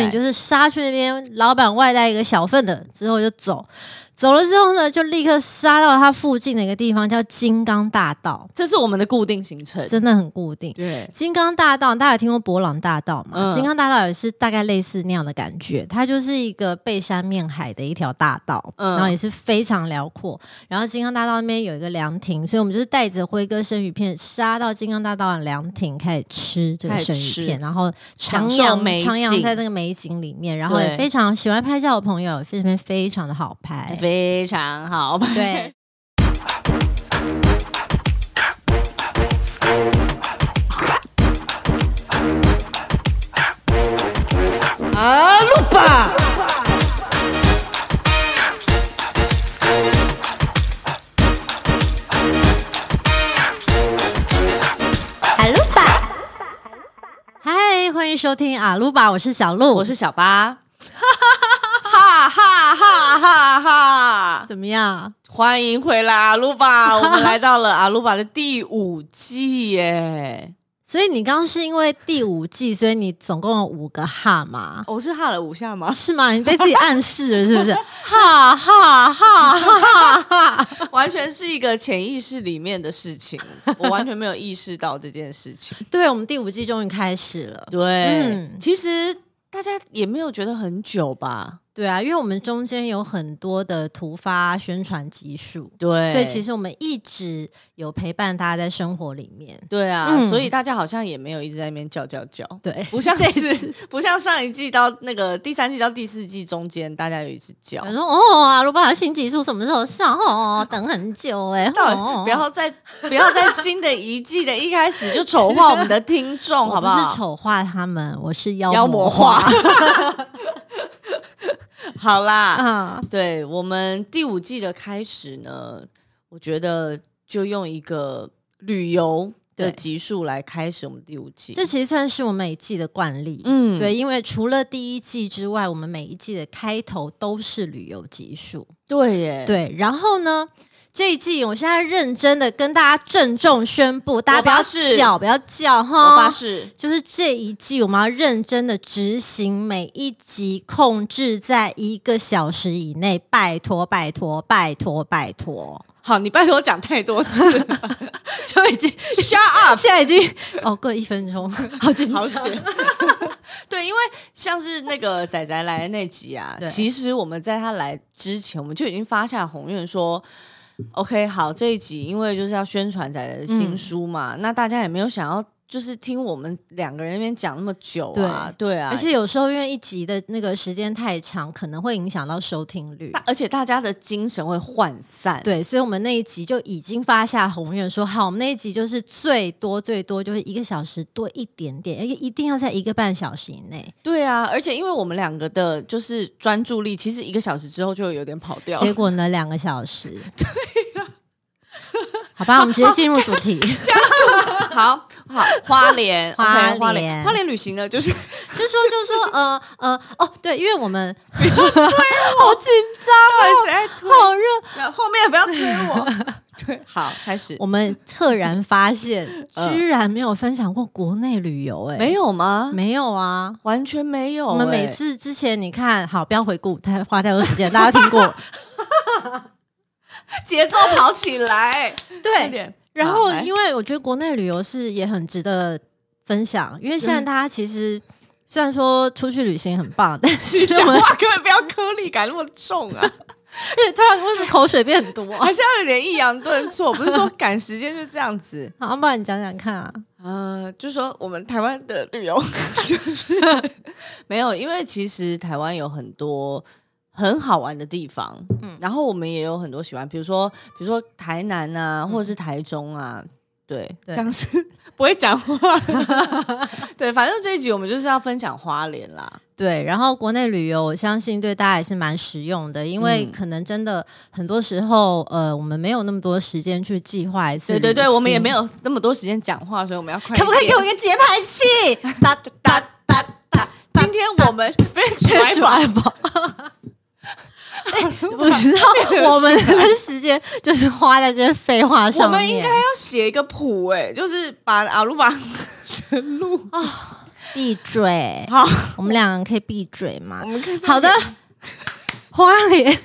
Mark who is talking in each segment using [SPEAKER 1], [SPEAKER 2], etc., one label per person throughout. [SPEAKER 1] 以你就是杀去那边，老板外带一个小份的，之后就走。走了之后呢，就立刻杀到他附近的一个地方，叫金刚大道，
[SPEAKER 2] 这是我们的固定行程。
[SPEAKER 1] 真的很固定。
[SPEAKER 2] 对，
[SPEAKER 1] 金刚大道，大家有听过博朗大道吗？
[SPEAKER 2] 嗯
[SPEAKER 1] 金刚大道也是大概类似那样的感觉，它就是一个背山面海的一条大道，
[SPEAKER 2] 嗯
[SPEAKER 1] 然后也是非常辽阔。然后金刚大道那边有一个凉亭，所以我们就是带着辉哥生鱼片杀到金刚大道的凉亭开始吃这个生鱼
[SPEAKER 2] 开始
[SPEAKER 1] 片，然后徜
[SPEAKER 2] 享受美
[SPEAKER 1] 徉
[SPEAKER 2] 景
[SPEAKER 1] 徜徉在那个美景里面，然后
[SPEAKER 2] 对
[SPEAKER 1] 也非常喜欢拍照的朋友，这边非常的好拍，
[SPEAKER 2] 非常好。
[SPEAKER 1] 对。
[SPEAKER 2] 啊，路吧。
[SPEAKER 1] 啊嗨，欢迎收听阿鲁巴，我是小鹿，
[SPEAKER 2] 我是小八，哈哈哈哈哈！
[SPEAKER 1] 怎么样？
[SPEAKER 2] 欢迎回来阿鲁 巴，我们来到了阿鲁巴的第五季耶。
[SPEAKER 1] 所以你刚刚是因为第五季，所以你总共有五个哈嘛？？
[SPEAKER 2] 我、是哈了五下吗
[SPEAKER 1] 哦是吗？你被自己暗示了是不是？ 哈哈哈哈哈！
[SPEAKER 2] 完全是一个潜意识里面的事情，我完全没有意识到这件事情。
[SPEAKER 1] 对，我们第五季终于开始了。
[SPEAKER 2] 对，
[SPEAKER 1] 嗯
[SPEAKER 2] 其实大家也没有觉得很久吧？
[SPEAKER 1] 对啊，因为我们中间有很多的突发宣传集数，
[SPEAKER 2] 对，
[SPEAKER 1] 所以其
[SPEAKER 2] 实
[SPEAKER 1] 实我们一直有陪伴大家在生活里面。
[SPEAKER 2] 对啊，
[SPEAKER 1] 嗯
[SPEAKER 2] 所以大家好像也没有一直在那边叫叫叫。
[SPEAKER 1] 对，
[SPEAKER 2] 不 像
[SPEAKER 1] 这一次
[SPEAKER 2] 是 不像上一季到那个第三季到第四季中间，大家有一直叫
[SPEAKER 1] 我，说哦，阿鲁巴的新集数什么时候上？ 哦，等很久哎、
[SPEAKER 2] 到
[SPEAKER 1] 哦
[SPEAKER 2] 底不要再不要在新的一季的一开始就丑化我们的听众，好
[SPEAKER 1] 我不
[SPEAKER 2] 好？
[SPEAKER 1] 是丑化他们，我是妖
[SPEAKER 2] 妖魔
[SPEAKER 1] 魔
[SPEAKER 2] 化。 好啦，
[SPEAKER 1] 啊。
[SPEAKER 2] 对我们第五季的开始呢，我觉得就用一个旅游的
[SPEAKER 1] 对
[SPEAKER 2] 集数来开始我们第五季。
[SPEAKER 1] 这其实算是我们每一季的惯例。
[SPEAKER 2] 嗯
[SPEAKER 1] 对，因为除了第一季之外，我们每一季的开头都是旅游集数。
[SPEAKER 2] 对耶，
[SPEAKER 1] 对，然后呢，这一季我现在认真的跟大家郑重宣布，大家不
[SPEAKER 2] 发
[SPEAKER 1] 要
[SPEAKER 2] 誓
[SPEAKER 1] 叫，不要叫
[SPEAKER 2] 我发
[SPEAKER 1] 哈。
[SPEAKER 2] 誓，
[SPEAKER 1] 就是这一季，我们要认真的执行每一集，控制在一个小时以内。拜托，拜托，拜托，拜托！
[SPEAKER 2] 好，你拜托讲太多次 了
[SPEAKER 1] 就已经
[SPEAKER 2] ，shut up。
[SPEAKER 1] 现在已经哦，过一分 钟，好紧
[SPEAKER 2] 好
[SPEAKER 1] 张。
[SPEAKER 2] 险！ 对，因为像是那个仔仔来的那集啊，
[SPEAKER 1] 对
[SPEAKER 2] 其实我们在他来之前，我们就已经发下宏愿说。OK，好，这一集因为就是要宣传仔仔的新书嘛，那大家也没有想要就是听我们两个人那边讲那么久啊，对啊，
[SPEAKER 1] 而且有时候因为一集的那个时间太长，可能会影响到收听率。
[SPEAKER 2] 大而且大家的精神会涣散，
[SPEAKER 1] 对，所以我们那一集就已经发下宏愿，说好，我们那一集就是最多最多就是一个小时多一点点，而且一定要在一个半小时以内。
[SPEAKER 2] 对啊，而且因为我们两个的就是专注力，其实一个小时之后就有点跑掉，
[SPEAKER 1] 结果呢，两个小时。对呀、 好吧，我们直接进入主题，就
[SPEAKER 2] 好好花莲，
[SPEAKER 1] 花
[SPEAKER 2] OK，花
[SPEAKER 1] 莲
[SPEAKER 2] 花莲旅行呢， 就是
[SPEAKER 1] 是说就说呃呃哦，对，因为我们
[SPEAKER 2] 好紧张哦，谁在推？
[SPEAKER 1] 好热，
[SPEAKER 2] 后面不要推我。 对，好，开始。
[SPEAKER 1] 我们赫然发现，
[SPEAKER 2] 嗯
[SPEAKER 1] 居然没有分享过国内旅游、哎，
[SPEAKER 2] 没有吗？
[SPEAKER 1] 没有啊，
[SPEAKER 2] 完全没有、
[SPEAKER 1] 我们每
[SPEAKER 2] 哎
[SPEAKER 1] 次之前，你看好，不要回顾太花太多时间，大家听过
[SPEAKER 2] 节奏跑起 来，快
[SPEAKER 1] 对。
[SPEAKER 2] 点。
[SPEAKER 1] 然后，
[SPEAKER 2] 好来
[SPEAKER 1] 因为我觉得国内旅游是也很值得分享，因为现在大家其实虽然说出去旅行很棒，但
[SPEAKER 2] 你
[SPEAKER 1] 是
[SPEAKER 2] 讲
[SPEAKER 1] 我们
[SPEAKER 2] 话根本不要颗粒感那么重啊，
[SPEAKER 1] 而且突然为什么口水变很多啊？
[SPEAKER 2] 还是要有点抑扬顿挫。不是说赶时间就这样子，
[SPEAKER 1] 好，不然你讲讲看啊。
[SPEAKER 2] 呃，就说我们台湾的旅 游就是没有，因为其实台湾有很多很好玩的地方，嗯，然后我们也有很多喜欢，比如说比如说台南啊，或者是台中啊，对，
[SPEAKER 1] 对
[SPEAKER 2] 这样 是不会讲 话，对，反正这一集我们就是要分享花莲啦，
[SPEAKER 1] 对，然后国内旅游，我相信对大家也是蛮实用的，因为
[SPEAKER 2] 嗯
[SPEAKER 1] 可能真的很多时候，呃，我们没有那么多时间去计划一次。
[SPEAKER 2] 对对对，我们也没。有那么多时间讲话，所以我们要快一点，
[SPEAKER 1] 可不可以给我一个节拍器？哒哒
[SPEAKER 2] 哒哒哒？今天我们被
[SPEAKER 1] 别
[SPEAKER 2] 甩
[SPEAKER 1] 说
[SPEAKER 2] 吧，
[SPEAKER 1] 爱宝。 我知道我们的时间就是花在这些废话
[SPEAKER 2] 啊我
[SPEAKER 1] 上面。
[SPEAKER 2] 欸 们应该要写一个谱，哎，就是把阿鲁巴的路
[SPEAKER 1] 闭嘴！
[SPEAKER 2] 好，
[SPEAKER 1] 我们两个可以闭嘴吗
[SPEAKER 2] 我？们看
[SPEAKER 1] 好的，花 莲。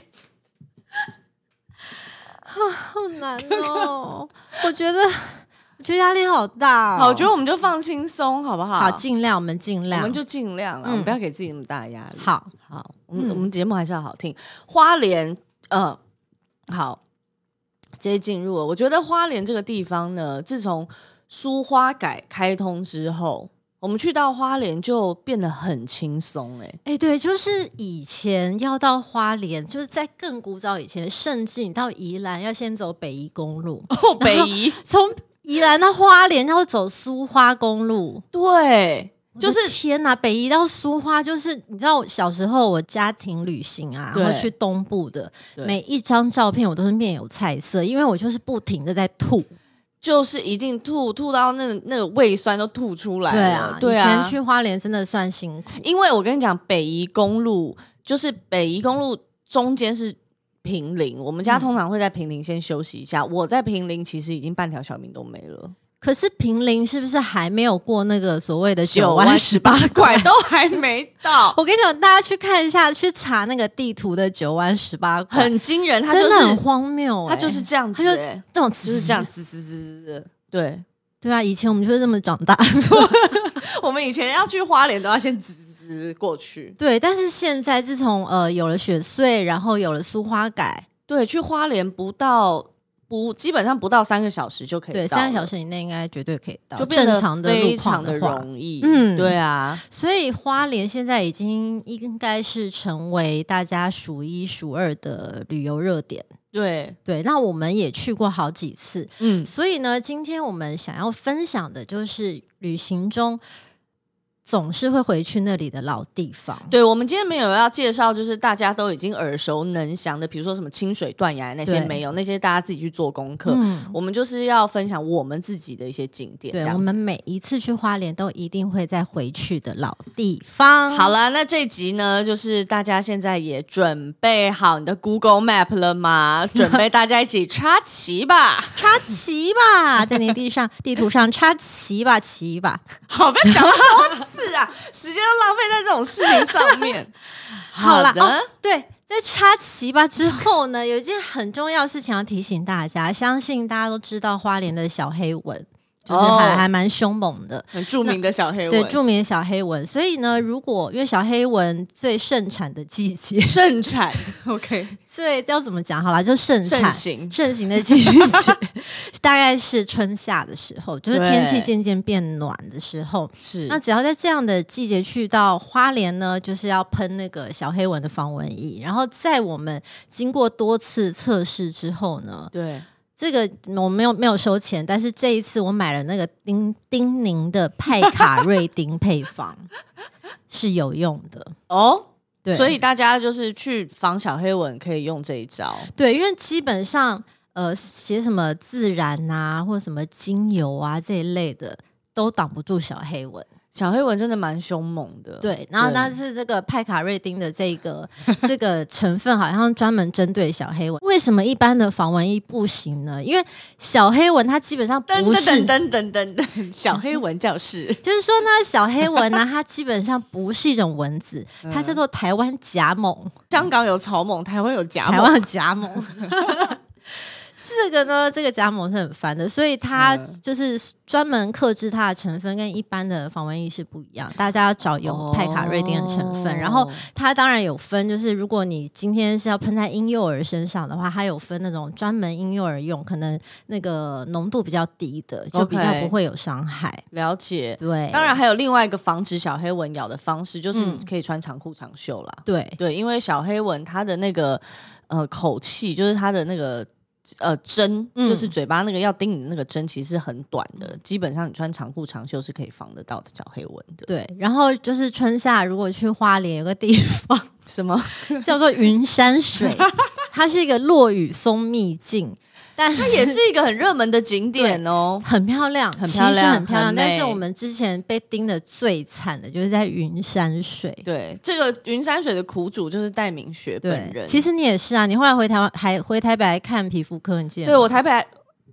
[SPEAKER 1] 啊，好难哦！我觉得，我觉得压力好大、哦。
[SPEAKER 2] 好，我觉得我们就放轻松，好不好？
[SPEAKER 1] 好，尽量，我们尽量，
[SPEAKER 2] 我们就尽量了，
[SPEAKER 1] 嗯
[SPEAKER 2] 我们不要给自己那么大压力。
[SPEAKER 1] 好。
[SPEAKER 2] 好，我
[SPEAKER 1] 嗯
[SPEAKER 2] 们、我们节目还是要好听。花莲，呃，好，直接进入了。我觉得花莲这个地方呢，自从苏花改开通之后，我们去到花莲就变得很轻松、哎，
[SPEAKER 1] 哎、对，就是以前要到花莲，就是在更古早以前，甚至你到宜兰要先走北宜公路，
[SPEAKER 2] 哦，北宜，
[SPEAKER 1] 从宜兰到花莲要走苏花公路。
[SPEAKER 2] 对，
[SPEAKER 1] 就
[SPEAKER 2] 就
[SPEAKER 1] 是是天哪，北宜到苏花，就是你知道，我小时候我家庭旅行啊，
[SPEAKER 2] 对
[SPEAKER 1] 然后去东部的，
[SPEAKER 2] 对
[SPEAKER 1] 每一张照片我都是面有菜色，因为我就是不停的在吐。
[SPEAKER 2] 就是一定吐吐到那个那个胃酸都吐出来
[SPEAKER 1] 对
[SPEAKER 2] 了
[SPEAKER 1] 啊，，
[SPEAKER 2] 对
[SPEAKER 1] 以前去花莲真的算辛苦。
[SPEAKER 2] 因为我跟你讲，北宜公路就是北宜公路中间是平林，我们家
[SPEAKER 1] 嗯
[SPEAKER 2] 通常会在平林先休息一下。我在平林其实已经半条小命都没 了，
[SPEAKER 1] 可是平林是不是还没有过那个所谓的九
[SPEAKER 2] 弯
[SPEAKER 1] 弯
[SPEAKER 2] 十八拐都还没到，
[SPEAKER 1] 我跟你讲，大家去看一下，去查那个地图的九弯十八拐，
[SPEAKER 2] 很惊人。它就
[SPEAKER 1] 真的很
[SPEAKER 2] 是
[SPEAKER 1] 荒谬、欸，
[SPEAKER 2] 它就是这样子、
[SPEAKER 1] 它就
[SPEAKER 2] 欸
[SPEAKER 1] 这种
[SPEAKER 2] 就
[SPEAKER 1] 词
[SPEAKER 2] 是这样，。滋滋滋滋滋。对，
[SPEAKER 1] 对啊，以前我们就是这么长大，
[SPEAKER 2] 我们以前要去花莲都要先滋滋滋过去。
[SPEAKER 1] 对。但是现在自从呃有了雪穗，然后有了苏花改，
[SPEAKER 2] 对，去花莲不到不基本上不到三个小时就可以到
[SPEAKER 1] 对，
[SPEAKER 2] 了，
[SPEAKER 1] 三个小时以内应该绝对可以到
[SPEAKER 2] 就变得
[SPEAKER 1] 正常的路
[SPEAKER 2] 非
[SPEAKER 1] 况
[SPEAKER 2] 常的
[SPEAKER 1] 话。
[SPEAKER 2] 容易。嗯，
[SPEAKER 1] 嗯
[SPEAKER 2] 对啊，
[SPEAKER 1] 所以花莲现在已经应该是成为大家数一数二的旅游热点。
[SPEAKER 2] 对，
[SPEAKER 1] 对，那我们也去过好几次，
[SPEAKER 2] 嗯，
[SPEAKER 1] 所以呢，今天我们想要分享的就是旅行中总是会回去那里的老地方。
[SPEAKER 2] 对，我们今天没有要介绍，就是大家都已经耳熟能详的，比如说什么清水断崖那些
[SPEAKER 1] 对
[SPEAKER 2] 没有，那些大家自己去做功课。
[SPEAKER 1] 嗯，
[SPEAKER 2] 我们就是要分享我们自己的一些景点，这
[SPEAKER 1] 对，
[SPEAKER 2] 样
[SPEAKER 1] 我
[SPEAKER 2] 子
[SPEAKER 1] 们每一次去花莲都一定会再回去的老地方。
[SPEAKER 2] 好，了，那这集呢，就是大家现在也准备好你的 Google Map 了吗？准备大家一起插旗吧！
[SPEAKER 1] 插旗吧，在你地上地图上插旗吧， 旗吧。
[SPEAKER 2] 好，不要讲那么多次啊， 时间都浪费在这种事情上面。
[SPEAKER 1] 好啦
[SPEAKER 2] 的，
[SPEAKER 1] 哦对，在插旗吧之后呢，有一件很重要的事情要提醒大家，相信大家都知道花莲的小黑蚊，就是还、
[SPEAKER 2] 哦
[SPEAKER 1] 还蛮凶猛的。
[SPEAKER 2] 很著名的小黑
[SPEAKER 1] 对，
[SPEAKER 2] 文，
[SPEAKER 1] 著名的小黑蚊。所以呢，如果因为小黑蚊最盛产的季节，
[SPEAKER 2] 盛产 ，OK，
[SPEAKER 1] 最要怎么讲好啦，就盛
[SPEAKER 2] 盛
[SPEAKER 1] 产
[SPEAKER 2] 行，
[SPEAKER 1] 盛行的 季节，大概是春夏的时候，就是
[SPEAKER 2] 对
[SPEAKER 1] 天气渐渐变暖的时候。
[SPEAKER 2] 是
[SPEAKER 1] 那只要在这样的季节去到花莲呢，就是要喷那个小黑蚊的防蚊液。然后在我们经过多次测试之后呢，
[SPEAKER 2] 对。
[SPEAKER 1] 这个我没有没有收钱，但是这一次我买了那个丁丁宁的派卡瑞丁配方 是有用的，
[SPEAKER 2] 哦，
[SPEAKER 1] 对，
[SPEAKER 2] 所以大家就是去防小黑蚊可以用这一招。
[SPEAKER 1] 对，因为基本上呃写什么自然啊或者什么精油啊这一类的。都挡不住小黑蚊，
[SPEAKER 2] 小黑蚊真的蛮凶猛的，
[SPEAKER 1] 对。然后，
[SPEAKER 2] 对
[SPEAKER 1] 但是这个派卡瑞丁的这个这个成分好像专门针对小黑蚊。为什么一般的防蚊液不行呢？因为小黑蚊它基本上
[SPEAKER 2] 噔
[SPEAKER 1] 不是
[SPEAKER 2] 噔噔噔 噔噔，小黑蚊教室
[SPEAKER 1] 就是说呢，小黑蚊呢，它基本上不是一种蚊 子，
[SPEAKER 2] 嗯
[SPEAKER 1] 它叫做台湾甲猛，
[SPEAKER 2] 香港有草蜢，台湾有甲
[SPEAKER 1] 台
[SPEAKER 2] 蜢，
[SPEAKER 1] 湾甲猛。 这个呢，这个甲猛是很烦的，所以它
[SPEAKER 2] 嗯
[SPEAKER 1] 就是专门克制它的成分，跟一般的防蚊液是不一样。大家要找有派卡瑞丁的成分，
[SPEAKER 2] 哦
[SPEAKER 1] 然后它当然有分，就是如果你今天是要喷在婴幼儿身上的话，它有分那种专门婴幼儿用，可能那个浓度比较低的，就比较
[SPEAKER 2] OK
[SPEAKER 1] 不会有伤害。
[SPEAKER 2] 了解。
[SPEAKER 1] 对，
[SPEAKER 2] 当然还有另外一个防止小黑蚊咬的方式，就是你
[SPEAKER 1] 嗯
[SPEAKER 2] 可以穿长裤长袖啦。
[SPEAKER 1] 对。
[SPEAKER 2] 对，因为小黑蚊它的那个呃口气，就是它的那个呃针，
[SPEAKER 1] 嗯
[SPEAKER 2] 就是嘴巴那个要叮你的那个针，其实是很短的，基本上你穿长裤长袖是可以防得到的小黑蚊的。
[SPEAKER 1] 对，然后就是春夏，如果去花莲有个地方
[SPEAKER 2] 什么？
[SPEAKER 1] 叫做云山水，它是一个落雨松秘境，但
[SPEAKER 2] 它
[SPEAKER 1] 是
[SPEAKER 2] 也是一个很热门的景点哦。
[SPEAKER 1] 很漂亮，
[SPEAKER 2] 很漂亮
[SPEAKER 1] 其实很漂亮。
[SPEAKER 2] 很
[SPEAKER 1] 但
[SPEAKER 2] 美
[SPEAKER 1] 是我们之前被叮的最惨的就是在云山水。
[SPEAKER 2] 对，这个云山水的苦主就是戴明学本
[SPEAKER 1] 对
[SPEAKER 2] 人。，
[SPEAKER 1] 其实你也是啊，你后来回台湾还回台北来看皮肤科，你记得吗？
[SPEAKER 2] 对我台北还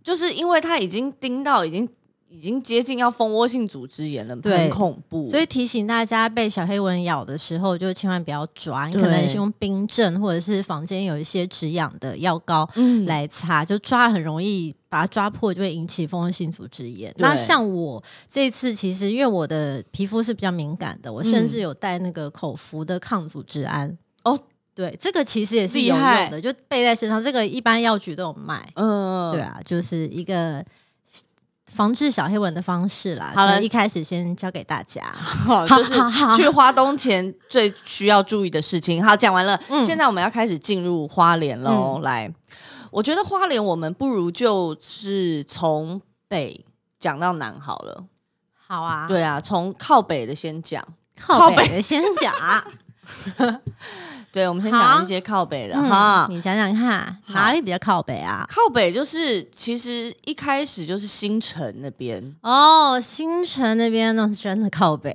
[SPEAKER 2] 就是因为他已经盯到已经。已经接近要蜂窝性组织炎了，
[SPEAKER 1] 对
[SPEAKER 2] 很恐怖。
[SPEAKER 1] 所以提醒大家，被小黑蚊咬的时候，就千万不要抓，你可
[SPEAKER 2] 对
[SPEAKER 1] 能是用冰镇或者是房间有一些止痒的药膏
[SPEAKER 2] 嗯
[SPEAKER 1] 来擦，就抓很容易把它抓破，就会引起蜂窝性组织炎。
[SPEAKER 2] 对
[SPEAKER 1] 那像我这次，其实因为我的皮肤是比较敏感的，我甚至有带那个口服的抗组织胺。
[SPEAKER 2] 嗯哦，
[SPEAKER 1] 对，这个其实也是
[SPEAKER 2] 厉
[SPEAKER 1] 有用
[SPEAKER 2] 害
[SPEAKER 1] 的，就备在身上。这个一般药局都有卖。
[SPEAKER 2] 嗯，
[SPEAKER 1] 对啊，就是一个防治小黑蚊的方式啦。
[SPEAKER 2] 好了
[SPEAKER 1] 所以一开始先教给大家。
[SPEAKER 2] 好，就是去花东前最需要注意的事情。好，讲完了，
[SPEAKER 1] 嗯
[SPEAKER 2] 现在我们要开始进入花莲喽。来，我觉得花莲我们不如就是从北讲到南好了。
[SPEAKER 1] 好啊，
[SPEAKER 2] 对啊，从靠北的先讲。
[SPEAKER 1] 靠北的先讲 啊。
[SPEAKER 2] 对，我们先
[SPEAKER 1] 好
[SPEAKER 2] 讲一些靠北的哈
[SPEAKER 1] 嗯，。你想想看，
[SPEAKER 2] 好
[SPEAKER 1] 哪里比较靠北啊？
[SPEAKER 2] 靠北就是其实一开始就是新城那边，
[SPEAKER 1] 哦，新城那边那是真的靠北。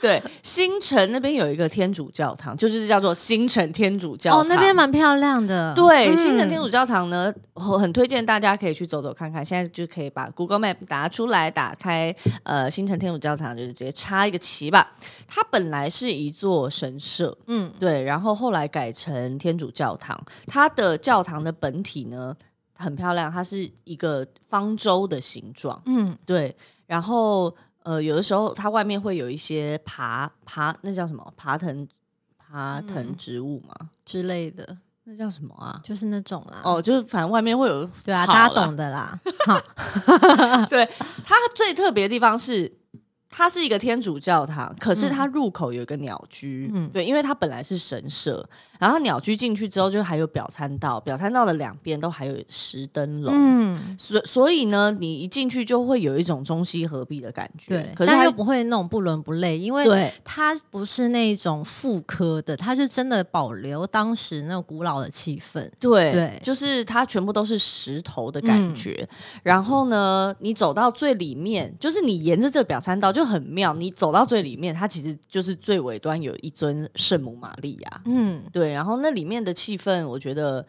[SPEAKER 2] 对，新城那边有一个天主教堂，就是叫做新城天主教堂。
[SPEAKER 1] 哦，那边蛮漂亮的。
[SPEAKER 2] 对，
[SPEAKER 1] 嗯
[SPEAKER 2] 新城天主教堂呢，我很推荐大家可以去走走看看。现在就可以把 Google Map 打出来，打开呃新城天主教堂，就是直接插一个旗吧。它本来是一座神社，
[SPEAKER 1] 嗯，
[SPEAKER 2] 对，然后后来改成天主教堂。它的教堂的本体呢很漂亮，它是一个方舟的形状，
[SPEAKER 1] 嗯，
[SPEAKER 2] 对，然后。呃，有的时候它外面会有一些爬爬，那叫什么爬藤爬藤
[SPEAKER 1] 嗯
[SPEAKER 2] 植物吗？
[SPEAKER 1] 之类的，
[SPEAKER 2] 那叫什么啊？
[SPEAKER 1] 就是那种啦。哦，
[SPEAKER 2] 哦，就是反正外面会有
[SPEAKER 1] 对啊，
[SPEAKER 2] 草
[SPEAKER 1] 大家
[SPEAKER 2] 啦。
[SPEAKER 1] 懂的啦。好，
[SPEAKER 2] 对，它最特别的地方是，它是一个天主教堂，可是它入口有一个鸟居。
[SPEAKER 1] 嗯
[SPEAKER 2] 对，因为它本来是神社，然后鸟居进去之后，就还有表参道，表参道的两边都还有石灯笼。
[SPEAKER 1] 嗯，
[SPEAKER 2] 所所以呢，你一进去就会有一种中西合璧的感觉。
[SPEAKER 1] 对，
[SPEAKER 2] 可是
[SPEAKER 1] 但
[SPEAKER 2] 它
[SPEAKER 1] 又不会那种不伦不类，因为
[SPEAKER 2] 对
[SPEAKER 1] 它不是那种复刻的，它是真的保留当时那种古老的气氛。
[SPEAKER 2] 对
[SPEAKER 1] 对嗯
[SPEAKER 2] 就是它全部都是石头的感觉。然后呢，你走到最里面，就是你沿着这表参道就很妙。你走到最里面，它其实就是最尾端有一尊圣母玛利亚。
[SPEAKER 1] 嗯，
[SPEAKER 2] 对，然后那里面的气氛，我觉得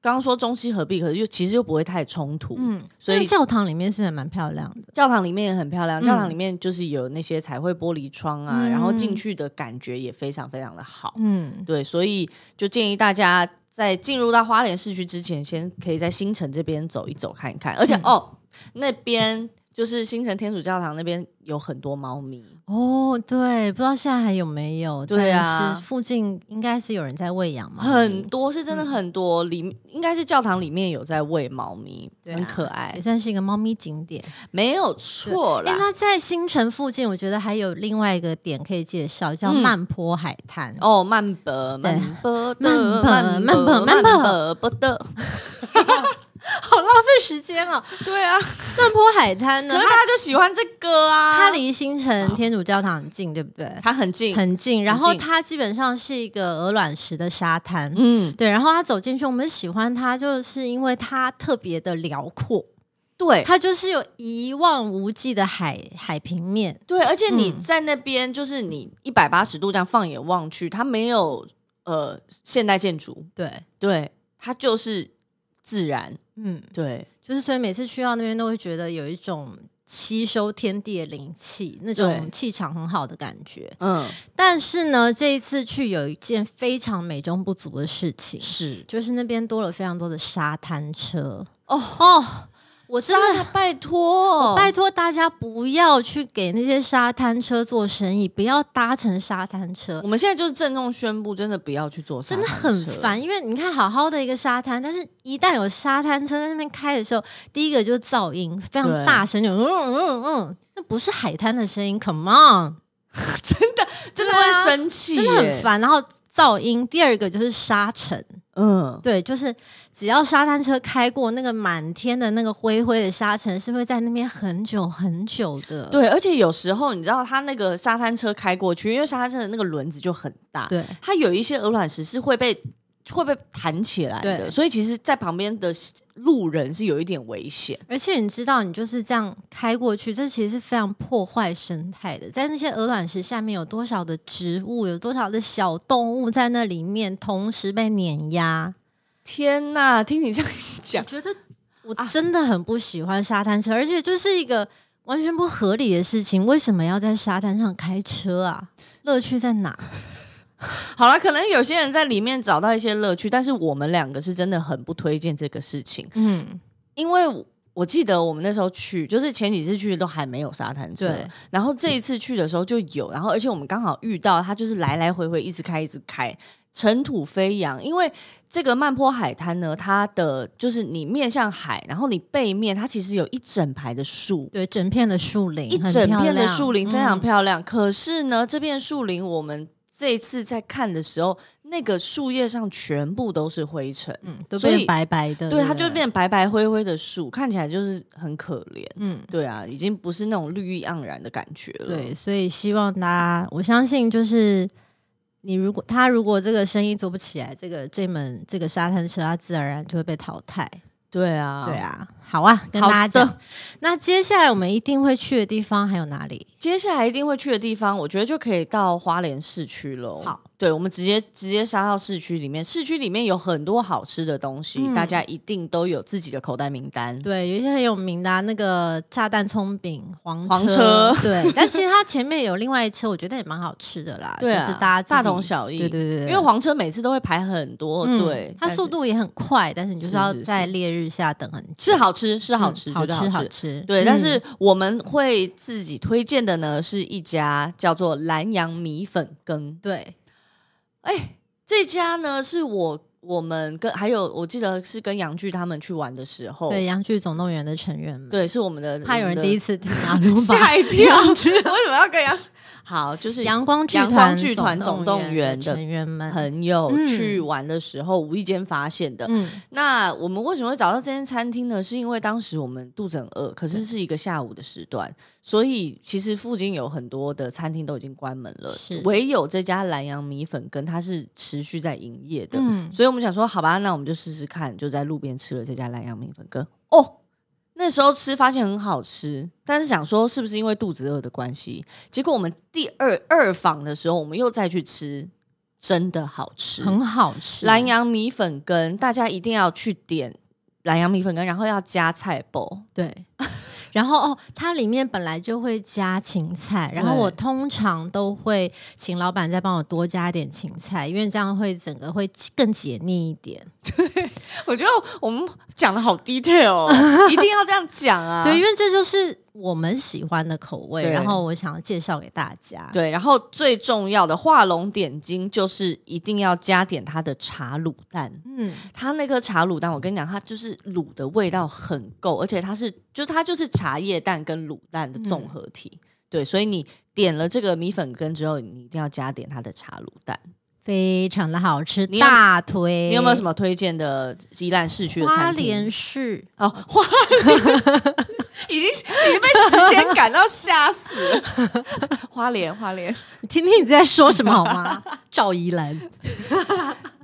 [SPEAKER 2] 刚刚说中西合璧，可是又其实又不会太冲突。
[SPEAKER 1] 嗯，
[SPEAKER 2] 所以
[SPEAKER 1] 那教堂里面是不是也蛮漂亮的？
[SPEAKER 2] 教堂里面也很漂亮，
[SPEAKER 1] 嗯
[SPEAKER 2] 教堂里面就是有那些彩绘玻璃窗啊，
[SPEAKER 1] 嗯
[SPEAKER 2] 然后进去的感觉也非常非常的好。
[SPEAKER 1] 嗯，
[SPEAKER 2] 对，所以就建议大家在进入到花莲市区之前，先可以在新城这边走一走看看，而且、
[SPEAKER 1] 嗯
[SPEAKER 2] 哦，那边就是新城天主教堂那边有很多猫咪，
[SPEAKER 1] 哦，对，不知道现在还有没有？
[SPEAKER 2] 对啊
[SPEAKER 1] 但是附近应该是有人在喂养嘛。
[SPEAKER 2] 很多是真
[SPEAKER 1] 嗯
[SPEAKER 2] 的很多，里应该是教堂里面有在喂猫咪，
[SPEAKER 1] 对啊
[SPEAKER 2] 很可
[SPEAKER 1] 也
[SPEAKER 2] 爱，
[SPEAKER 1] 算是一个猫咪景点。
[SPEAKER 2] 没有错
[SPEAKER 1] 哎，
[SPEAKER 2] 啦。
[SPEAKER 1] 那在新城附近，我觉得还有另外一个点可以介绍，叫
[SPEAKER 2] 嗯
[SPEAKER 1] 曼坡海滩。
[SPEAKER 2] 哦，慢伯，
[SPEAKER 1] 对
[SPEAKER 2] 慢伯
[SPEAKER 1] 慢
[SPEAKER 2] 的，
[SPEAKER 1] 伯慢伯
[SPEAKER 2] 慢
[SPEAKER 1] 慢
[SPEAKER 2] 伯伯 的，
[SPEAKER 1] 好浪费时间哦！
[SPEAKER 2] 对啊，
[SPEAKER 1] 曼坡海滩呢
[SPEAKER 2] 可是，大家就喜欢这个啊，
[SPEAKER 1] 它离新城天主教堂很近，对不对？
[SPEAKER 2] 它很近，
[SPEAKER 1] 很近，然后
[SPEAKER 2] 近
[SPEAKER 1] 它基本上是一个鹅卵石的沙滩。
[SPEAKER 2] 嗯，
[SPEAKER 1] 对，然后它走进去，我们喜欢它，就是因为它特别的辽阔，
[SPEAKER 2] 对，
[SPEAKER 1] 它就是有一望无际的海海平面。
[SPEAKER 2] 对，而且你
[SPEAKER 1] 嗯
[SPEAKER 2] 在那边，就是你一百八十度这样放眼望去，它没有呃现代建筑，
[SPEAKER 1] 对，
[SPEAKER 2] 对，它就是自然，
[SPEAKER 1] 嗯，
[SPEAKER 2] 对
[SPEAKER 1] 就是所以每次去到那边都会觉得有一种吸收天地的灵气，那种
[SPEAKER 2] 对
[SPEAKER 1] 气场很好的感觉。
[SPEAKER 2] 嗯，
[SPEAKER 1] 但是呢，这一次去有一件非常美中不足的事情，
[SPEAKER 2] 是
[SPEAKER 1] 就是那边多了非常多的沙滩车。
[SPEAKER 2] 哦啊
[SPEAKER 1] 哦，我真
[SPEAKER 2] 沙
[SPEAKER 1] 的
[SPEAKER 2] 滩，拜托，
[SPEAKER 1] 拜托大家不要去给那些沙滩车做生意，不要搭乘沙滩车
[SPEAKER 2] 我，们现在就是郑重宣布，真的不要去坐沙
[SPEAKER 1] 真
[SPEAKER 2] 滩
[SPEAKER 1] 的
[SPEAKER 2] 车，
[SPEAKER 1] 很烦。因为你看，好好的一个沙滩，但是一旦有沙滩车在那边开的时候，第一个就是噪音非常
[SPEAKER 2] 对
[SPEAKER 1] 大声，就嗯嗯嗯，那不是海滩的声音，Come on，
[SPEAKER 2] 真的
[SPEAKER 1] 对啊
[SPEAKER 2] 会生气，
[SPEAKER 1] 真的很，烦。然后噪音，第二个就是沙尘，
[SPEAKER 2] 嗯，
[SPEAKER 1] 对，就是只要沙滩车开过，那个满天的那个灰灰的沙尘是会在那边很久很久的。
[SPEAKER 2] 对，而且有时候你知道，它那个沙滩车开过去，因为沙滩车的那个轮子就很大，
[SPEAKER 1] 对
[SPEAKER 2] 它有一些鹅卵石是会被会被弹起来的，
[SPEAKER 1] 对
[SPEAKER 2] 所以其实，在旁边的路人是有一点危险。
[SPEAKER 1] 而且你知道，你就是这样开过去，这其实是非常破坏生态的。在那些鹅卵石下面有多少的植物，有多少的小动物在那里面同时被碾压？
[SPEAKER 2] 天呐，听你这样
[SPEAKER 1] 我
[SPEAKER 2] 讲，
[SPEAKER 1] 觉得，我
[SPEAKER 2] 啊
[SPEAKER 1] 真的很不喜欢沙滩车，而且就是一个完全不合理的事情，为什么要在沙滩上开车啊？乐趣在哪？
[SPEAKER 2] 好了，可能有些人在里面找到一些乐趣，但是我们两个是真的很不推荐这个事情，
[SPEAKER 1] 嗯，
[SPEAKER 2] 因为我我记得我们那时候去，就是前几次去都还没有沙滩车
[SPEAKER 1] 对，
[SPEAKER 2] 然后这一次去的时候就有，然后而且我们刚好遇到它，就是来来回回一直开一直开，尘土飞扬。因为这个曼坡海滩呢，它的就是你面向海，然后你背面它其实有一整排的树。
[SPEAKER 1] 对，整片的树林，
[SPEAKER 2] 一整片的树林
[SPEAKER 1] 很
[SPEAKER 2] 非
[SPEAKER 1] 漂亮嗯
[SPEAKER 2] 常漂亮，可是呢，这片树林我们这一次在看的时候，那个树叶上全部都是灰尘，
[SPEAKER 1] 嗯，嗯都
[SPEAKER 2] 所以
[SPEAKER 1] 变白白的，
[SPEAKER 2] 对，
[SPEAKER 1] 不
[SPEAKER 2] 它就变白白灰灰的树，看起来就是很可怜。
[SPEAKER 1] 嗯。
[SPEAKER 2] 对啊，已经不是那种绿意盎然的感觉了。
[SPEAKER 1] 对，所以希望大家，我相信就是你如果他如果这个生意做不起来，这个这门这个沙滩车，它自然而然就会被淘汰。
[SPEAKER 2] 对啊，
[SPEAKER 1] 对。啊，好啊，跟大
[SPEAKER 2] 好
[SPEAKER 1] 家
[SPEAKER 2] 的
[SPEAKER 1] 讲。那接下来我们一定会去的地方还有哪里？
[SPEAKER 2] 接下来一定会去的地方，我觉得就可以到花莲市区喽。
[SPEAKER 1] 好，
[SPEAKER 2] 对，我们直接直接杀到市区里面。市区里面有很多好吃的东西，
[SPEAKER 1] 嗯
[SPEAKER 2] 大家一定都有自己的口袋名单。
[SPEAKER 1] 对，有一些很有名的、啊、那个炸弹葱饼、黄
[SPEAKER 2] 黄车
[SPEAKER 1] 对。但其实它前面有另外一车，我觉得也蛮好吃的啦，
[SPEAKER 2] 对啊
[SPEAKER 1] 就是大家自己
[SPEAKER 2] 大同小异
[SPEAKER 1] 对对对，对
[SPEAKER 2] 因为黄车每次都会排很多
[SPEAKER 1] 嗯
[SPEAKER 2] 队，
[SPEAKER 1] 它
[SPEAKER 2] 但是
[SPEAKER 1] 速度也很快，但是你就是
[SPEAKER 2] 是
[SPEAKER 1] 要
[SPEAKER 2] 是
[SPEAKER 1] 在烈日下等很久。
[SPEAKER 2] 是好吃，是好
[SPEAKER 1] 嗯
[SPEAKER 2] 吃，
[SPEAKER 1] 好
[SPEAKER 2] 绝对
[SPEAKER 1] 吃
[SPEAKER 2] 好
[SPEAKER 1] 好
[SPEAKER 2] 吃。
[SPEAKER 1] 吃。
[SPEAKER 2] 对，但是
[SPEAKER 1] 嗯
[SPEAKER 2] 我们会自己推荐的呢，是一家叫做南阳米粉羹。哎
[SPEAKER 1] 对，
[SPEAKER 2] 这家呢是我我们跟还有我记得是跟杨剧他们去玩的时候，
[SPEAKER 1] 对《杨剧总动员》的成员们，
[SPEAKER 2] 哦对是我们的，
[SPEAKER 1] 怕有人第一
[SPEAKER 2] 次
[SPEAKER 1] 次听阿鲁
[SPEAKER 2] 吓
[SPEAKER 1] 巴。
[SPEAKER 2] 一跳， 为什么要跟杨？ 好，就是
[SPEAKER 1] 阳光剧
[SPEAKER 2] 阳
[SPEAKER 1] 团
[SPEAKER 2] 光剧团总动员
[SPEAKER 1] 的
[SPEAKER 2] 的
[SPEAKER 1] 成员们，
[SPEAKER 2] 朋友
[SPEAKER 1] 嗯
[SPEAKER 2] 去玩的时候无意间发现的。
[SPEAKER 1] 嗯，
[SPEAKER 2] 那我们为什么会找到这间餐厅呢？是因为当时我们肚子很饿，可是是一个下午的时段，所以其实附近有很多的餐厅都已经关门了
[SPEAKER 1] 是，
[SPEAKER 2] 唯有这家南阳米粉羹它是持续在营业的。
[SPEAKER 1] 嗯
[SPEAKER 2] 所以我们想说，好吧，那我们就试试看，就在路边吃了这家南阳米粉羹。哦，那时候吃发现很好吃，但是想说是不是因为肚子饿的关系？结果我们第二二访的时候，我们又再去吃，真的好吃，
[SPEAKER 1] 很好吃。
[SPEAKER 2] 南阳米粉羹，大家一定要去点南阳米粉羹，然后要加菜包。
[SPEAKER 1] 对。 然后哦，它里面本来就会加芹菜，然后
[SPEAKER 2] 对
[SPEAKER 1] 我通常都会请老板再帮我多加点芹菜，因为这样会整个会更解腻一点。
[SPEAKER 2] 我觉得我们讲的好 detail，、哦、一定要这样讲啊。
[SPEAKER 1] 对，因为这就是我们喜欢的口味，
[SPEAKER 2] 对
[SPEAKER 1] 然后我想要介绍给大家。
[SPEAKER 2] 对，然后最重要的画龙点睛就是一定要加点它的茶卤蛋。
[SPEAKER 1] 嗯，
[SPEAKER 2] 它那个茶卤蛋，我跟你讲，它就是卤的味道很够，而且它是就它就是茶叶蛋跟卤蛋的综合体。
[SPEAKER 1] 嗯
[SPEAKER 2] 对，所以你点了这个米粉羹之后，你一定要加点它的茶卤蛋。
[SPEAKER 1] 非常的好吃，
[SPEAKER 2] 你有
[SPEAKER 1] 大推。
[SPEAKER 2] 你有没有什
[SPEAKER 1] 么
[SPEAKER 2] 么推荐的宜兰市区的
[SPEAKER 1] 花
[SPEAKER 2] 餐厅？
[SPEAKER 1] 莲市？
[SPEAKER 2] 哦， 花莲已经已经被时间赶到吓死了。 花莲，花莲，
[SPEAKER 1] 听听你在说什么好吗？赵怡兰，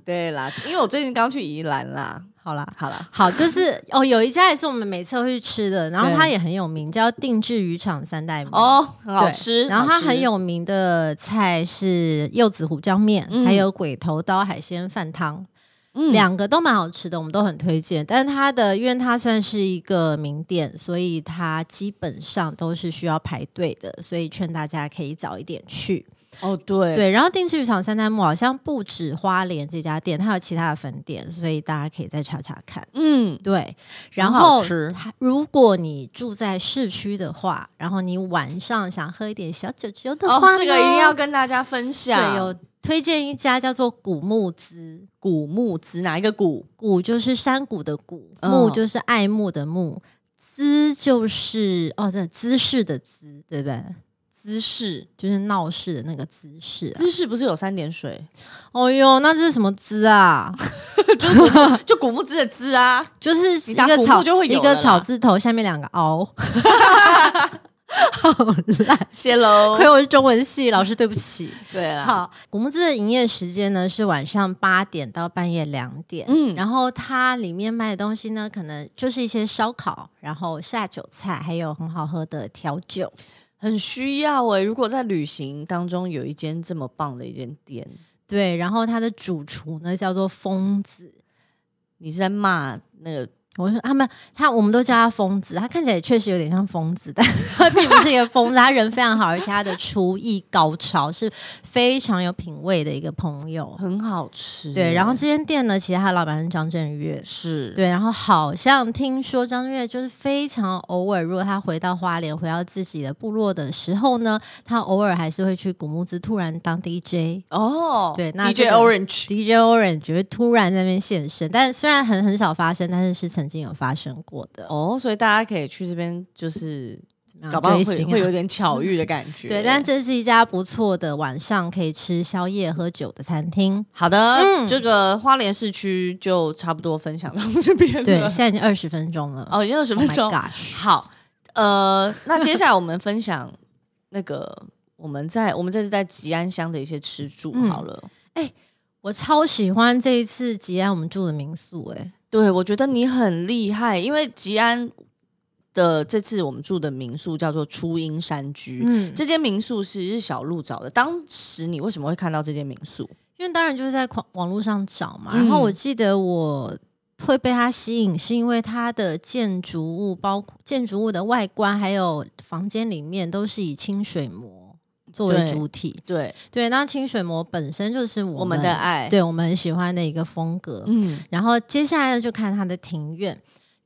[SPEAKER 2] 对啦，因为我最近刚去宜兰啦。
[SPEAKER 1] 好啦。
[SPEAKER 2] 好啦，
[SPEAKER 1] 好，就是哦，有一家也是我们每次会去吃的，然后
[SPEAKER 2] 对
[SPEAKER 1] 它也很有名，叫定制渔场三代目。
[SPEAKER 2] 哦，很
[SPEAKER 1] 嗯
[SPEAKER 2] 好
[SPEAKER 1] 对
[SPEAKER 2] 吃。
[SPEAKER 1] 然后它
[SPEAKER 2] 好吃
[SPEAKER 1] 很，有名的菜是柚子胡椒面，
[SPEAKER 2] 嗯
[SPEAKER 1] 还有鬼头刀海鲜饭汤，
[SPEAKER 2] 嗯
[SPEAKER 1] 两个都蛮好吃的，我们都很推荐。但是它的，因为它算是一个名店，所以它基本上都是需要排队的，所以劝大家可以早一点去。
[SPEAKER 2] 哦，对
[SPEAKER 1] 对，然后定制渔场三代目好像不止花莲这家店，它有其他的分店，所以大家可以再查查看。
[SPEAKER 2] 嗯，
[SPEAKER 1] 对，然
[SPEAKER 2] 很好
[SPEAKER 1] 后
[SPEAKER 2] 吃
[SPEAKER 1] 它如果你住在市区的话，然后你晚上想喝一点小酒酒的
[SPEAKER 2] 哦
[SPEAKER 1] 话，呢、
[SPEAKER 2] 这个一定要跟大家分享。
[SPEAKER 1] 对有推荐一家叫做古木兹，
[SPEAKER 2] 古木子哪一个古？
[SPEAKER 1] 古就是山谷的古，
[SPEAKER 2] 嗯
[SPEAKER 1] 木就是爱慕的木，兹就是哦，这姿势的姿，对不对？
[SPEAKER 2] 姿势，
[SPEAKER 1] 就是闹事的那个姿势、啊。
[SPEAKER 2] 姿势不是有三点水？
[SPEAKER 1] 哦哟，那这是什么姿啊？
[SPEAKER 2] 就古木子的姿啊。
[SPEAKER 1] 就是一
[SPEAKER 2] 你打
[SPEAKER 1] 个
[SPEAKER 2] 古
[SPEAKER 1] 草
[SPEAKER 2] 木就会有
[SPEAKER 1] 一个
[SPEAKER 2] 了啦
[SPEAKER 1] 草字头，下面两个凹。
[SPEAKER 2] 谢喽
[SPEAKER 1] 亏我是中文系，老师对不 起。
[SPEAKER 2] 对啦，
[SPEAKER 1] 好，古墓志的营业时间呢是晚上八点到半夜两点。
[SPEAKER 2] 嗯
[SPEAKER 1] 然后它里面卖的东西呢，可能就是一些烧烤，然后下酒菜，还有很好喝的调酒。
[SPEAKER 2] 很需要哎、如果在旅行当中有一间这么棒的一间店，
[SPEAKER 1] 对，然后它的主厨呢叫做疯子，
[SPEAKER 2] 你是在骂那个
[SPEAKER 1] 我说他们，他我们都叫他疯子，他看起来也确实有点像疯子，但 他并不是一个疯子，他人非常好，而且他的厨艺高超，是非常有品味的一个朋友。
[SPEAKER 2] 很好吃。
[SPEAKER 1] 对，然后这间店呢，其实他的老板是张震岳，
[SPEAKER 2] 是，
[SPEAKER 1] 对，然后好像听说张震岳就是非常偶尔，如果他回到花莲，回到自己的部落的时候呢，他偶尔还是会去古墓兹突然当 DJ。
[SPEAKER 2] 哦，
[SPEAKER 1] 对那
[SPEAKER 2] DJ
[SPEAKER 1] 这个
[SPEAKER 2] Orange，
[SPEAKER 1] DJ Orange 会突然在那边现身，但虽然很很少发生，但是是曾经有发生过的。
[SPEAKER 2] 哦，所以大家可以去这边，就是
[SPEAKER 1] 怎么样
[SPEAKER 2] 搞不好
[SPEAKER 1] 追
[SPEAKER 2] 会
[SPEAKER 1] 星啊
[SPEAKER 2] 会有点巧遇的感 觉。
[SPEAKER 1] 对，但这是一家不错的晚上可以吃宵夜喝酒的餐 厅。
[SPEAKER 2] 好的，这个花莲市区就差不多分享到这边
[SPEAKER 1] 对，
[SPEAKER 2] 了
[SPEAKER 1] 现。在已经二十分钟了。
[SPEAKER 2] 哦，已经二十
[SPEAKER 1] Oh
[SPEAKER 2] 分
[SPEAKER 1] my
[SPEAKER 2] 钟。
[SPEAKER 1] gosh！
[SPEAKER 2] 好，呃，那接下来我们分享那个我们在我们这次在吉安乡的一些吃住
[SPEAKER 1] 嗯
[SPEAKER 2] 好了。
[SPEAKER 1] 我超喜欢这一次吉安我们住的民宿、欸，
[SPEAKER 2] 对，我觉得你很厉害，因为吉安的这次我们住的民宿叫做初音山居。
[SPEAKER 1] 嗯，
[SPEAKER 2] 这间民宿是是小鹿找的，当时你为什么会看到这间民宿？
[SPEAKER 1] 因为当然就是在网网络上找嘛，
[SPEAKER 2] 嗯
[SPEAKER 1] 然后我记得我会被它吸引，是因为它的建筑物，包括建筑物的外观，还有房间里面都是以清水模作为
[SPEAKER 2] 对
[SPEAKER 1] 主体。
[SPEAKER 2] 对，
[SPEAKER 1] 对，那清水模本身就是我们
[SPEAKER 2] 我们的爱，，
[SPEAKER 1] 对我们很喜欢的一个风格。
[SPEAKER 2] 嗯，
[SPEAKER 1] 然后接下来呢，就看它的庭院。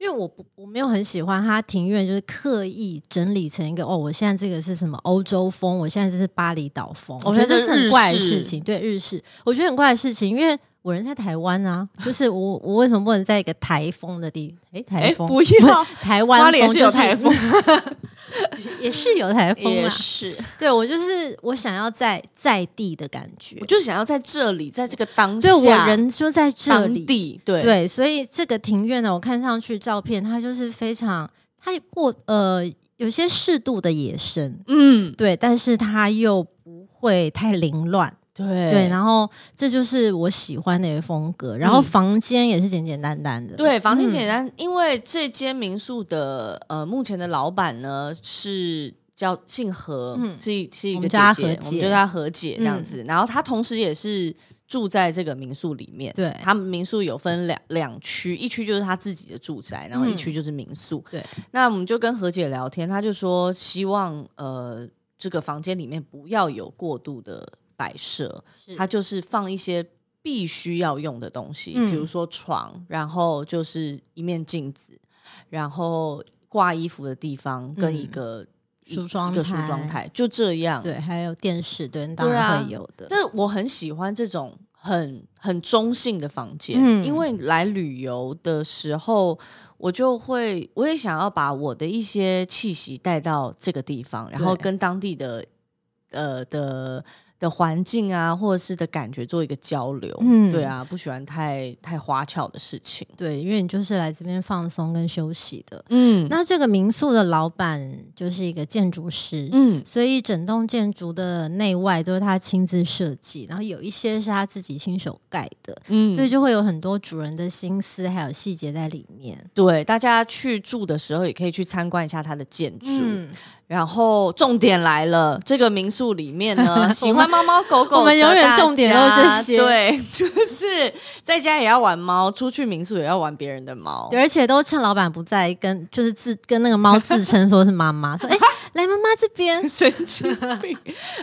[SPEAKER 1] 因为我不我没有很喜欢它庭院，就是刻意整理成一个哦，我现在这个是什么欧洲风，我现在这是巴厘岛风，
[SPEAKER 2] 哦
[SPEAKER 1] 我觉得这是
[SPEAKER 2] 这是日
[SPEAKER 1] 很怪的
[SPEAKER 2] 式
[SPEAKER 1] 事情。对日式，我觉得很怪的事情，因为我人在台湾啊，就是我我为什么不能在一个台风的地？诶，台
[SPEAKER 2] 哎，
[SPEAKER 1] 风、
[SPEAKER 2] 不要，
[SPEAKER 1] 台湾
[SPEAKER 2] 花
[SPEAKER 1] 风、
[SPEAKER 2] 莲
[SPEAKER 1] 就是
[SPEAKER 2] 有台风，，
[SPEAKER 1] 也是有台风
[SPEAKER 2] 也
[SPEAKER 1] 啊。
[SPEAKER 2] 是，
[SPEAKER 1] 对我就是我想要在在地的感觉
[SPEAKER 2] 我，就想要在这里，在这个当下，
[SPEAKER 1] 对我人就在这
[SPEAKER 2] 当
[SPEAKER 1] 里，
[SPEAKER 2] 地，对
[SPEAKER 1] 对，所以这个庭院呢，我看上去照片，它就是非常，它过呃有些适度的野生，
[SPEAKER 2] 嗯，
[SPEAKER 1] 对，但是它又不会太凌乱，
[SPEAKER 2] 对
[SPEAKER 1] 对，然后这就是我喜欢的一个风格，然后
[SPEAKER 2] 嗯
[SPEAKER 1] 房间也是简简单单的，
[SPEAKER 2] 对，房间简单，因为这间民宿的呃，目前的老板呢是叫姓何，
[SPEAKER 1] 嗯
[SPEAKER 2] 是一是一
[SPEAKER 1] 我
[SPEAKER 2] 个
[SPEAKER 1] 们
[SPEAKER 2] 姐
[SPEAKER 1] 叫她
[SPEAKER 2] 姐，
[SPEAKER 1] 何
[SPEAKER 2] 我
[SPEAKER 1] 姐嗯
[SPEAKER 2] 们就叫她何姐这样子。然后她同时也是住在这个民宿里面，
[SPEAKER 1] 对
[SPEAKER 2] 他们民宿有分两两区，一区就是她自己的住宅，然后一
[SPEAKER 1] 嗯
[SPEAKER 2] 区就是民宿。
[SPEAKER 1] 对，
[SPEAKER 2] 那我们就跟何姐聊天，她就说希望呃这个房间里面不要有过度的摆设，
[SPEAKER 1] 是
[SPEAKER 2] 它就是放一些必须要用的东西，
[SPEAKER 1] 嗯
[SPEAKER 2] 比如说床，然后就是一面镜子，然后挂衣服的地方跟一个、一
[SPEAKER 1] 梳妆
[SPEAKER 2] 一个梳妆台，就这样。
[SPEAKER 1] 对，还有电视，对，当
[SPEAKER 2] 对啊
[SPEAKER 1] 然会有的，
[SPEAKER 2] 但我很喜欢这种很很中性的房间，
[SPEAKER 1] 嗯
[SPEAKER 2] 因为来旅游的时候，我就会我也想要把我的一些气息带到这个地方，然后
[SPEAKER 1] 对
[SPEAKER 2] 跟当地的呃的的环境啊，或者是的感觉做一个交流。
[SPEAKER 1] 嗯
[SPEAKER 2] 对啊，不喜欢太太花俏的事情。
[SPEAKER 1] 对，因为你就是来这边放松跟休息的。
[SPEAKER 2] 嗯
[SPEAKER 1] 那这个民宿的老板就是一个建筑师，
[SPEAKER 2] 嗯，
[SPEAKER 1] 所以整栋建筑的内外都是他亲自设计，然后有一些是他自己亲手盖的，
[SPEAKER 2] 嗯
[SPEAKER 1] 所以就会有很多主人的心思还有细节在里面。
[SPEAKER 2] 对，大家去住的时候也可以去参观一下它的建筑。，
[SPEAKER 1] 嗯
[SPEAKER 2] 然后重点来了，这个民宿里 面呢，喜欢猫猫狗狗
[SPEAKER 1] 我
[SPEAKER 2] 的大家，
[SPEAKER 1] 们永远重点都是这些
[SPEAKER 2] 对，就是在家也要玩猫，出去民宿也要玩别人的猫。
[SPEAKER 1] 对而且都趁老板不在，跟就是自跟那个猫自称说是妈妈， 说哎、来妈妈这边，
[SPEAKER 2] 神经病！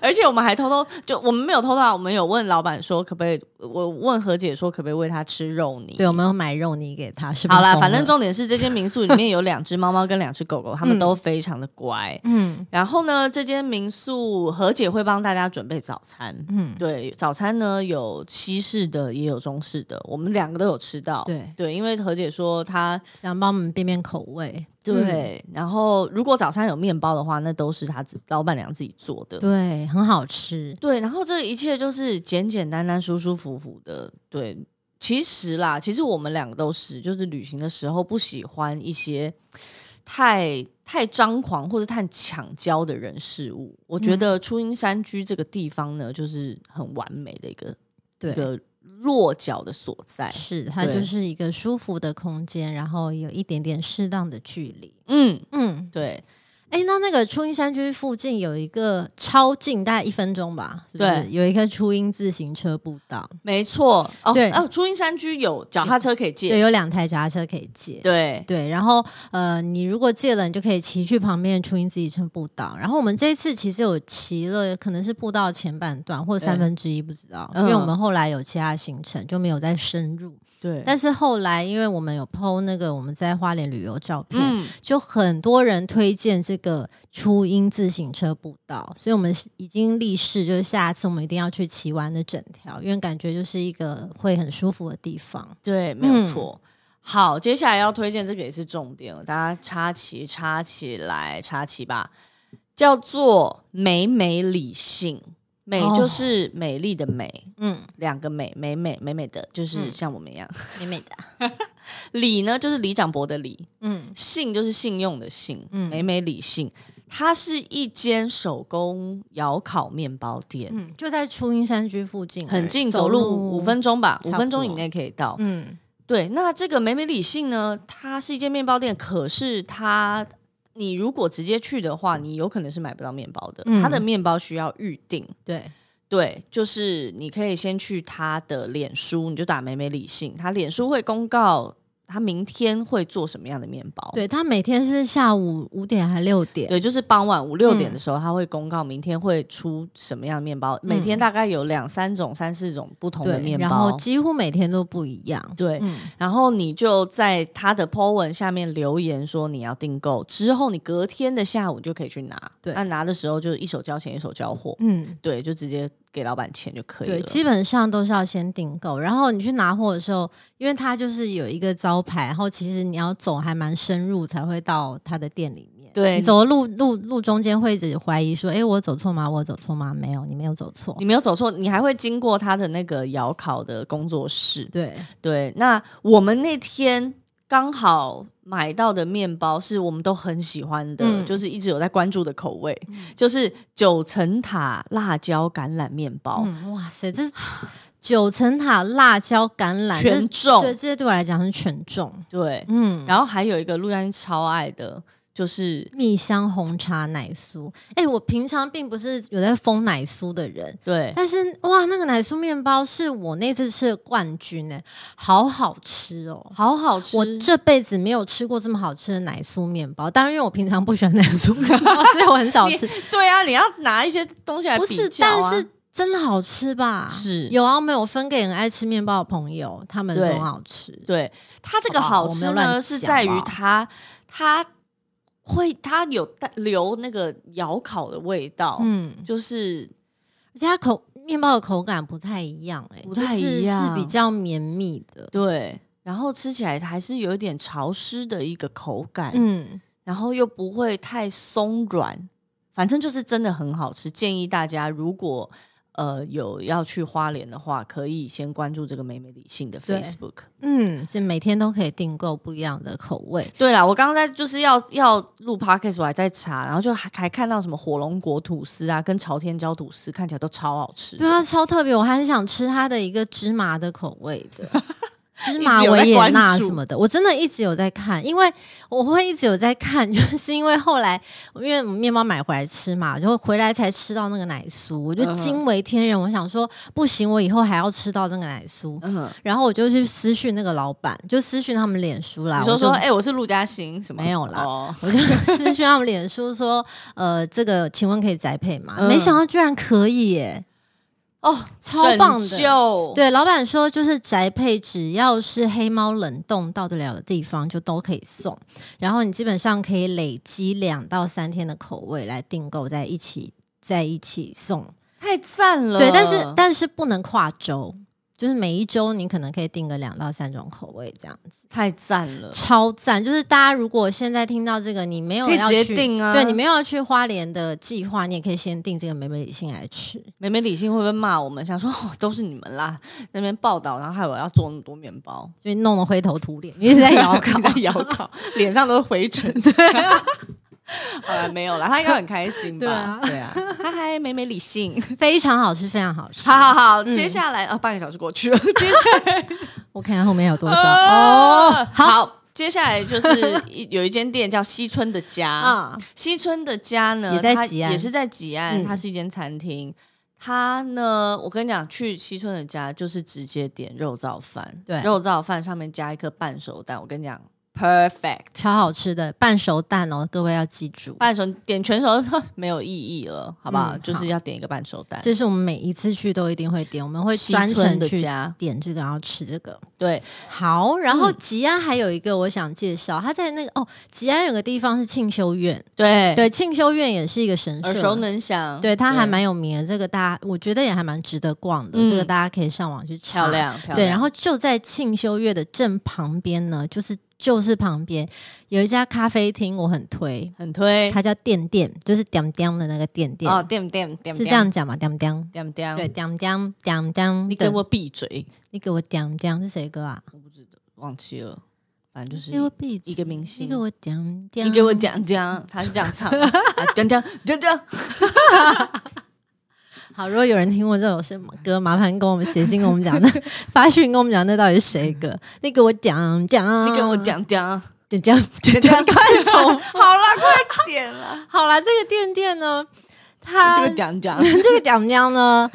[SPEAKER 2] 而且我们还偷偷，就我们没有偷偷啊，我们有问老板说可不可以，我问何姐说可不可以喂她吃肉泥。
[SPEAKER 1] 对，我们有买肉泥给他，是不是
[SPEAKER 2] 好啦，
[SPEAKER 1] 疯
[SPEAKER 2] 反正
[SPEAKER 1] 了
[SPEAKER 2] 重点是这间民宿里面有两只猫猫跟两只狗狗，它们
[SPEAKER 1] 嗯
[SPEAKER 2] 都非常的乖。
[SPEAKER 1] 嗯
[SPEAKER 2] 然后呢，这间民宿何姐会帮大家准备早餐。
[SPEAKER 1] 嗯，
[SPEAKER 2] 对，早餐呢有西式的，也有中式的，我们两个都有吃到。
[SPEAKER 1] 对，
[SPEAKER 2] 因为何姐说她
[SPEAKER 1] 想帮我们变变口味，嗯
[SPEAKER 2] 对，然后如果早餐有面包的话，那都是她自老板娘自己做的。
[SPEAKER 1] 对，很好吃，
[SPEAKER 2] 对，然后这一切就是简简单单、舒舒服服的。对，其实啦，其实我们两个都是，就是旅行的时候不喜欢一些太太张狂或者太抢焦的人事物。我觉得初音山居这个地方呢，就是很完美的一个一
[SPEAKER 1] 对。
[SPEAKER 2] 个落脚的所在。
[SPEAKER 1] 是，它
[SPEAKER 2] 对
[SPEAKER 1] 就是一个舒服的空间，然后有一点点适当的距离。
[SPEAKER 2] 嗯，
[SPEAKER 1] 嗯，
[SPEAKER 2] 对，
[SPEAKER 1] 哎、哎、那那个初音山居附近有一个超近，大概一分钟吧，是不是
[SPEAKER 2] 对
[SPEAKER 1] 有一个初音自行车步道，
[SPEAKER 2] 没错，哦，
[SPEAKER 1] 对
[SPEAKER 2] 哦，初音山居有脚踏车可以
[SPEAKER 1] 对，
[SPEAKER 2] 借，
[SPEAKER 1] 有两台脚踏车可以借。
[SPEAKER 2] 对，
[SPEAKER 1] 对，然后呃，你如果借了，你就可以骑去旁边的初音自行车步道。然后我们这一次其实有骑了，可能是步道前半段或三分之一，不知道，因为
[SPEAKER 2] 嗯
[SPEAKER 1] 我们后来有其他行程就没有再深入。
[SPEAKER 2] 对
[SPEAKER 1] 但是后来，因为我们有 PO 那个我们在花莲旅游照片，
[SPEAKER 2] 嗯，
[SPEAKER 1] 就很多人推荐这个初音自行车步道，所以我们已经立誓，就是下次我们一定要去骑完的整条，因为感觉就是一个会很舒服的地方。
[SPEAKER 2] 对，没
[SPEAKER 1] 嗯
[SPEAKER 2] 有错。好，接下来要推荐这个也是重点，大家插旗插起来插旗吧，叫做美美理性，美
[SPEAKER 1] 哦
[SPEAKER 2] 就是美丽的美，
[SPEAKER 1] 嗯，
[SPEAKER 2] 两个美美美美美的，就是
[SPEAKER 1] 嗯
[SPEAKER 2] 像我们一样。
[SPEAKER 1] 美美
[SPEAKER 2] 啊
[SPEAKER 1] 的。
[SPEAKER 2] 理呢就是李长博的理，
[SPEAKER 1] 嗯
[SPEAKER 2] 信就是信用的信，
[SPEAKER 1] 嗯
[SPEAKER 2] 美美理性。它是一间手工窑烤面包店，
[SPEAKER 1] 嗯，就在初音山居附近而已，
[SPEAKER 2] 很近，走路五分
[SPEAKER 1] 钟。
[SPEAKER 2] 钟吧，
[SPEAKER 1] 差不
[SPEAKER 2] 五
[SPEAKER 1] 多
[SPEAKER 2] 分钟以内可以到。
[SPEAKER 1] 嗯
[SPEAKER 2] 对，那这个美美理性呢，它是一间面包店，可是它你如果直接去的话，你有可能是买不到面包的。
[SPEAKER 1] 嗯
[SPEAKER 2] 它的面包需要预定，
[SPEAKER 1] 对，
[SPEAKER 2] 对，就是你可以先去它的脸书，你就打美美理性，它脸书会公告它明天会做什么样的面包。
[SPEAKER 1] 对他每天是下午五点还六点，
[SPEAKER 2] 哦对，就是傍晚五六
[SPEAKER 1] 嗯
[SPEAKER 2] 点的时候，他会公告明天会出什么样的面包，每天大概有两三种、三四种不同的
[SPEAKER 1] 对，
[SPEAKER 2] 面
[SPEAKER 1] 然
[SPEAKER 2] 包
[SPEAKER 1] 后。几乎每天都不一样。
[SPEAKER 2] 对，
[SPEAKER 1] 嗯，
[SPEAKER 2] 然后你就在他的 po 文下面留言说你要订购，之后你隔天的下午就可以去拿。
[SPEAKER 1] 对
[SPEAKER 2] 那拿的时候就是一手交钱一手交货，
[SPEAKER 1] 嗯，
[SPEAKER 2] 对，就直接给老板钱就可以
[SPEAKER 1] 对，
[SPEAKER 2] 了。
[SPEAKER 1] 基本上都是要先订购，然后你去拿货的时候，因为它就是有一个招牌，然后其实你要走还蛮深入才会到它的店里面。
[SPEAKER 2] 对
[SPEAKER 1] 你走的路路路中间会一直怀疑说，哎，我走错吗？我走错吗？没有，你没有走错
[SPEAKER 2] 你。没有走错，你还会经过他的那个窑烤的工作室。
[SPEAKER 1] 对，
[SPEAKER 2] 对，那我们那天刚好买到的面包是我们都很喜欢的，
[SPEAKER 1] 嗯
[SPEAKER 2] 就是一直有在关注的口味，就是九层塔辣椒橄榄面包，
[SPEAKER 1] 嗯，哇塞，这是九层塔辣椒橄榄这
[SPEAKER 2] 全重
[SPEAKER 1] 对，这些对我来讲是权重。
[SPEAKER 2] 对
[SPEAKER 1] 嗯，
[SPEAKER 2] 然后还有一个陆佳欣超爱的，就是
[SPEAKER 1] 蜜香红茶奶酥，哎、我平常并不是有在封奶酥的人，
[SPEAKER 2] 对
[SPEAKER 1] 但是哇，那个奶酥面包是我那次吃的冠军哎、好好吃哦。
[SPEAKER 2] 好好吃，
[SPEAKER 1] 我这辈子没有吃过这么好吃的奶酥面包，当然因为我平常不喜欢奶酥面包，所以我很少
[SPEAKER 2] 你
[SPEAKER 1] 吃。
[SPEAKER 2] 对啊，你要拿一些东西来
[SPEAKER 1] 不
[SPEAKER 2] 比
[SPEAKER 1] 是，
[SPEAKER 2] 较
[SPEAKER 1] 但
[SPEAKER 2] 啊
[SPEAKER 1] 是真的好吃吧？
[SPEAKER 2] 是
[SPEAKER 1] 有啊，我们有分给很爱吃面包的朋友，他们说
[SPEAKER 2] 对
[SPEAKER 1] 很好吃。
[SPEAKER 2] 对它这个
[SPEAKER 1] 好吧
[SPEAKER 2] 好
[SPEAKER 1] 我没
[SPEAKER 2] 吃
[SPEAKER 1] 有
[SPEAKER 2] 呢，
[SPEAKER 1] 乱
[SPEAKER 2] 是
[SPEAKER 1] 讲
[SPEAKER 2] 在于
[SPEAKER 1] 吧
[SPEAKER 2] 它它会它有带留那个窑烤的味道，
[SPEAKER 1] 嗯，
[SPEAKER 2] 就是
[SPEAKER 1] 而且它口面包的口感不太一样、欸，哎，
[SPEAKER 2] 不太一样
[SPEAKER 1] 是比较绵密的。
[SPEAKER 2] 对，然后吃起来还是有一点潮湿的一个口感，
[SPEAKER 1] 嗯，
[SPEAKER 2] 然后又不会太松软，反正就是真的很好吃。建议大家如果呃有要去花莲的话，可以先关注这个美美理性的
[SPEAKER 1] 对
[SPEAKER 2] Facebook。
[SPEAKER 1] 嗯，是每天都可以订购不一样的口味。
[SPEAKER 2] 对啦，我刚刚在就是要要录 podcast，我还在查，然后就还还看到什么火龙果吐司啊，跟朝天椒吐司看起来都超好吃的。
[SPEAKER 1] 对啊，超特别，我还很想吃它的一个芝麻的口味 的。芝麻
[SPEAKER 2] 一直有在
[SPEAKER 1] 维也纳
[SPEAKER 2] 关注
[SPEAKER 1] 什么的，我真的一直有在看，因为我会一直有在看， 就是因为后来因为我们面包买回来吃嘛，就回来才吃到那个奶酥，我就
[SPEAKER 2] 嗯哼
[SPEAKER 1] 惊为天人。我想说，不行，我以后还要吃到这个奶酥。
[SPEAKER 2] 嗯，
[SPEAKER 1] 然后我就去私讯那个老板，就私讯他们脸书啦。
[SPEAKER 2] 你说
[SPEAKER 1] 啊我就
[SPEAKER 2] 说，哎、我是陆嘉欣，什么
[SPEAKER 1] 没有啦
[SPEAKER 2] 哦，
[SPEAKER 1] 我就 私讯他们脸书说，呃，这个请问可以宅配吗？
[SPEAKER 2] 嗯
[SPEAKER 1] 没想到居然可以耶！
[SPEAKER 2] 哦，
[SPEAKER 1] 超棒的
[SPEAKER 2] 拯救
[SPEAKER 1] 对，老板说就是宅配，只要是黑猫冷冻到得了的地方，就都可以送。然后你基本上可以累积两到三天的口味来订购，在一起在一起送。
[SPEAKER 2] 太赞了。
[SPEAKER 1] 对，但是但是不能跨州。就是每一周你可能可以订个两到三种口味，这样
[SPEAKER 2] 太赞了。
[SPEAKER 1] 超赞！就是大家如果现在听到这个，你没有
[SPEAKER 2] 可以
[SPEAKER 1] 要
[SPEAKER 2] 直接
[SPEAKER 1] 去
[SPEAKER 2] 订啊
[SPEAKER 1] 对你没有要去花莲的计划，你也可以先订这个美美理性来吃。
[SPEAKER 2] 美美理性会不会骂我们？想说、 哦、都是你们啦，那边报道，然后害我要做那么多面 包，
[SPEAKER 1] 所以弄得灰头土脸，因 为在窑烤
[SPEAKER 2] 一直。在窑烤， 脸上都是灰 尘。好了，没有了，他应该很开心吧？
[SPEAKER 1] 对啊
[SPEAKER 2] 对啊， 嗨嗨，美美理性，
[SPEAKER 1] 非常好吃，非常好吃。
[SPEAKER 2] 好好好，接哦下来啊、半个小时过去了，接下
[SPEAKER 1] 我看看后面还有多少。
[SPEAKER 2] 来哦，好，接下来就是一有一间店叫西村的家，
[SPEAKER 1] 啊，
[SPEAKER 2] 西村的家呢，
[SPEAKER 1] 也在
[SPEAKER 2] 它
[SPEAKER 1] 吉安
[SPEAKER 2] 也是在吉安，
[SPEAKER 1] 嗯
[SPEAKER 2] 它是一间餐厅。它呢，我跟你讲，去西村的家就是直接点肉燥饭，
[SPEAKER 1] 对
[SPEAKER 2] 肉燥饭上面加一颗半熟蛋。我跟你讲，perfect，
[SPEAKER 1] 超好吃的半熟蛋哦，各位要记住，
[SPEAKER 2] 半熟点全熟 没有意义了，好不好？
[SPEAKER 1] 嗯
[SPEAKER 2] 就是
[SPEAKER 1] 好
[SPEAKER 2] 要点一个半熟蛋。
[SPEAKER 1] 这是我们每一次去都一定会点，我们会
[SPEAKER 2] 西
[SPEAKER 1] 专
[SPEAKER 2] 村
[SPEAKER 1] 程
[SPEAKER 2] 的
[SPEAKER 1] 去
[SPEAKER 2] 家
[SPEAKER 1] 点这个，然后吃这个。
[SPEAKER 2] 对，
[SPEAKER 1] 好，然
[SPEAKER 2] 嗯
[SPEAKER 1] 后吉安还有一个我想介绍，它在那个哦，吉安有个地方是庆修院，
[SPEAKER 2] 对，
[SPEAKER 1] 对，庆修院也是一个神
[SPEAKER 2] 耳
[SPEAKER 1] 社，
[SPEAKER 2] 熟能详。
[SPEAKER 1] 对，它还蛮有名的，这个大家我觉得也还蛮值得逛的，
[SPEAKER 2] 嗯
[SPEAKER 1] 这个大家可以上网去查。
[SPEAKER 2] 漂亮，漂亮。
[SPEAKER 1] 对，然后就在庆修月的正旁边呢，就是就是旁边有一家咖啡厅，我很推，
[SPEAKER 2] 很推
[SPEAKER 1] 它叫店店，就是点点的那个店店，
[SPEAKER 2] 哦，点点点
[SPEAKER 1] 是这样讲吗？点点。
[SPEAKER 2] 点点，
[SPEAKER 1] 对，点点点点，
[SPEAKER 2] 你给，我闭嘴！
[SPEAKER 1] 你给我点点是谁歌啊？
[SPEAKER 2] 忘记了，反正就是
[SPEAKER 1] 给我闭嘴
[SPEAKER 2] 一个明星
[SPEAKER 1] 你给我点点，
[SPEAKER 2] 你给我讲讲，他是这样唱 的，啊讲讲讲讲，
[SPEAKER 1] 好，如果有人听过这首 什么歌，麻烦跟我们写信跟我们讲，那发讯跟我们讲那到底是谁的歌？你给我讲讲，
[SPEAKER 2] 你给我讲讲
[SPEAKER 1] 讲讲
[SPEAKER 2] 讲
[SPEAKER 1] 讲讲，
[SPEAKER 2] 快走， 好啦，快点啦！
[SPEAKER 1] 好啦，这个店店呢，它
[SPEAKER 2] 这个讲讲，
[SPEAKER 1] 这个讲讲呢，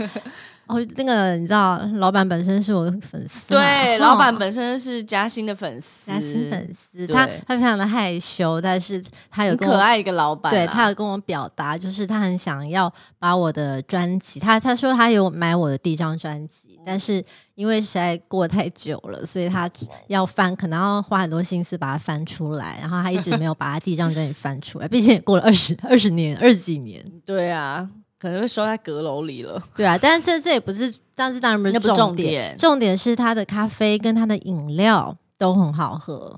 [SPEAKER 1] 哦，那个你知道，老板本身是我的粉丝嘛，
[SPEAKER 2] 对，
[SPEAKER 1] 哦
[SPEAKER 2] 老板本身是嘉兴的粉丝，
[SPEAKER 1] 他是
[SPEAKER 2] 嗯
[SPEAKER 1] 粉丝，
[SPEAKER 2] 对
[SPEAKER 1] 他他非常的害羞，但是他有
[SPEAKER 2] 很
[SPEAKER 1] 跟我
[SPEAKER 2] 可爱一个老板啦，啊
[SPEAKER 1] 对他有跟我表达，就是他很想要把我的专辑，他他说他有买我的第一张专辑，
[SPEAKER 2] 嗯
[SPEAKER 1] 但是因为实在过太久了，所以他要翻，可能要花很多心思把它翻出来，然后他一直没有把他第一张专辑翻出来，毕竟也过了二十 二十年二十几年，
[SPEAKER 2] 对啊，可能会收在阁楼里了。
[SPEAKER 1] 对啊，但是这这也不是，但是当然不是
[SPEAKER 2] 那不是重
[SPEAKER 1] 重
[SPEAKER 2] 点
[SPEAKER 1] 重点是他的咖啡跟他的饮料都很好喝，